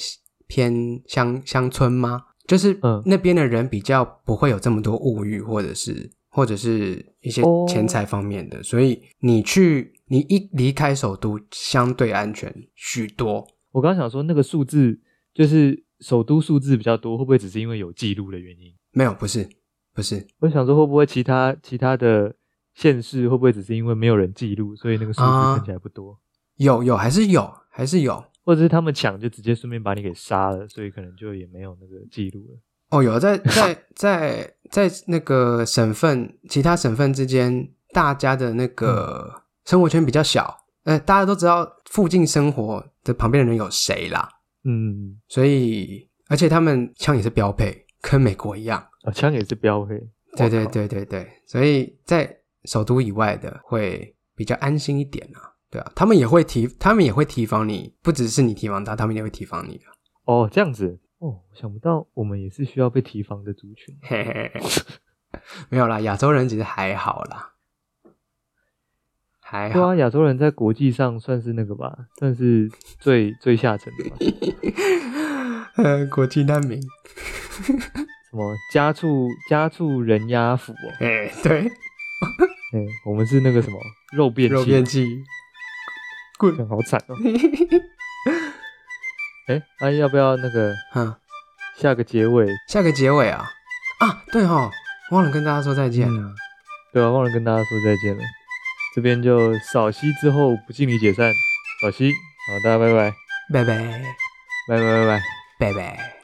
Speaker 1: 偏乡乡村嘛，就是
Speaker 2: 嗯
Speaker 1: 那边的人比较不会有这么多物欲，或者是或者是一些
Speaker 2: 哦
Speaker 1: 钱财方面的，所以你去你一离开首都，相对安全许多。
Speaker 2: 我刚想说那个数字就是首都数字比较多，会不会只是因为有记录的原因？
Speaker 1: 没有，不是不是，
Speaker 2: 我想说会不会其他其他的县市会不会只是因为没有人记录，所以那个数字
Speaker 1: 啊
Speaker 2: 看起来不多，
Speaker 1: 有有还是有还是有
Speaker 2: 或者是他们抢就直接顺便把你给杀了，所以可能就也没有那个记录了。
Speaker 1: 哦，有在在在在那个省份其他省份之间，大家的那个生活圈比较小，呃，大家都知道附近生活的旁边的人有谁啦，
Speaker 2: 嗯，
Speaker 1: 所以而且他们枪也是标配，跟美国一样。
Speaker 2: 啊，枪也是标配。
Speaker 1: 对
Speaker 2: 我
Speaker 1: 对
Speaker 2: 靠，
Speaker 1: 对对对，所以在首都以外的会比较安心一点啊。对啊，他们也会提，他们也会提防你，不只是你提防他，他们也会提防你的。
Speaker 2: 哦，这样子。哦，想不到我们也是需要被提防的族群。啊
Speaker 1: 嘿嘿嘿， 没有啦，亚洲人其实还好啦，还
Speaker 2: 对
Speaker 1: 好。
Speaker 2: 啊，亚洲人在国际上算是那个吧，算是最最下层的吧。
Speaker 1: 呃，国际难民，
Speaker 2: 什么家畜家畜人压府哦，
Speaker 1: 哎，对，
Speaker 2: 嗯，我们是那个什么肉变
Speaker 1: 肉变器，
Speaker 2: 这
Speaker 1: 滚，
Speaker 2: 样好惨哦。哎，阿、姨要不要那个
Speaker 1: 嗯，
Speaker 2: 下个结尾？
Speaker 1: 下个结尾啊啊，对哦，忘了跟大家说再见了。
Speaker 2: 嗯，对啊，忘了跟大家说再见了。这边就扫息之后不敬礼解散，扫息，好，大家拜拜，
Speaker 1: 拜拜，
Speaker 2: 拜拜拜拜。
Speaker 1: 拜拜。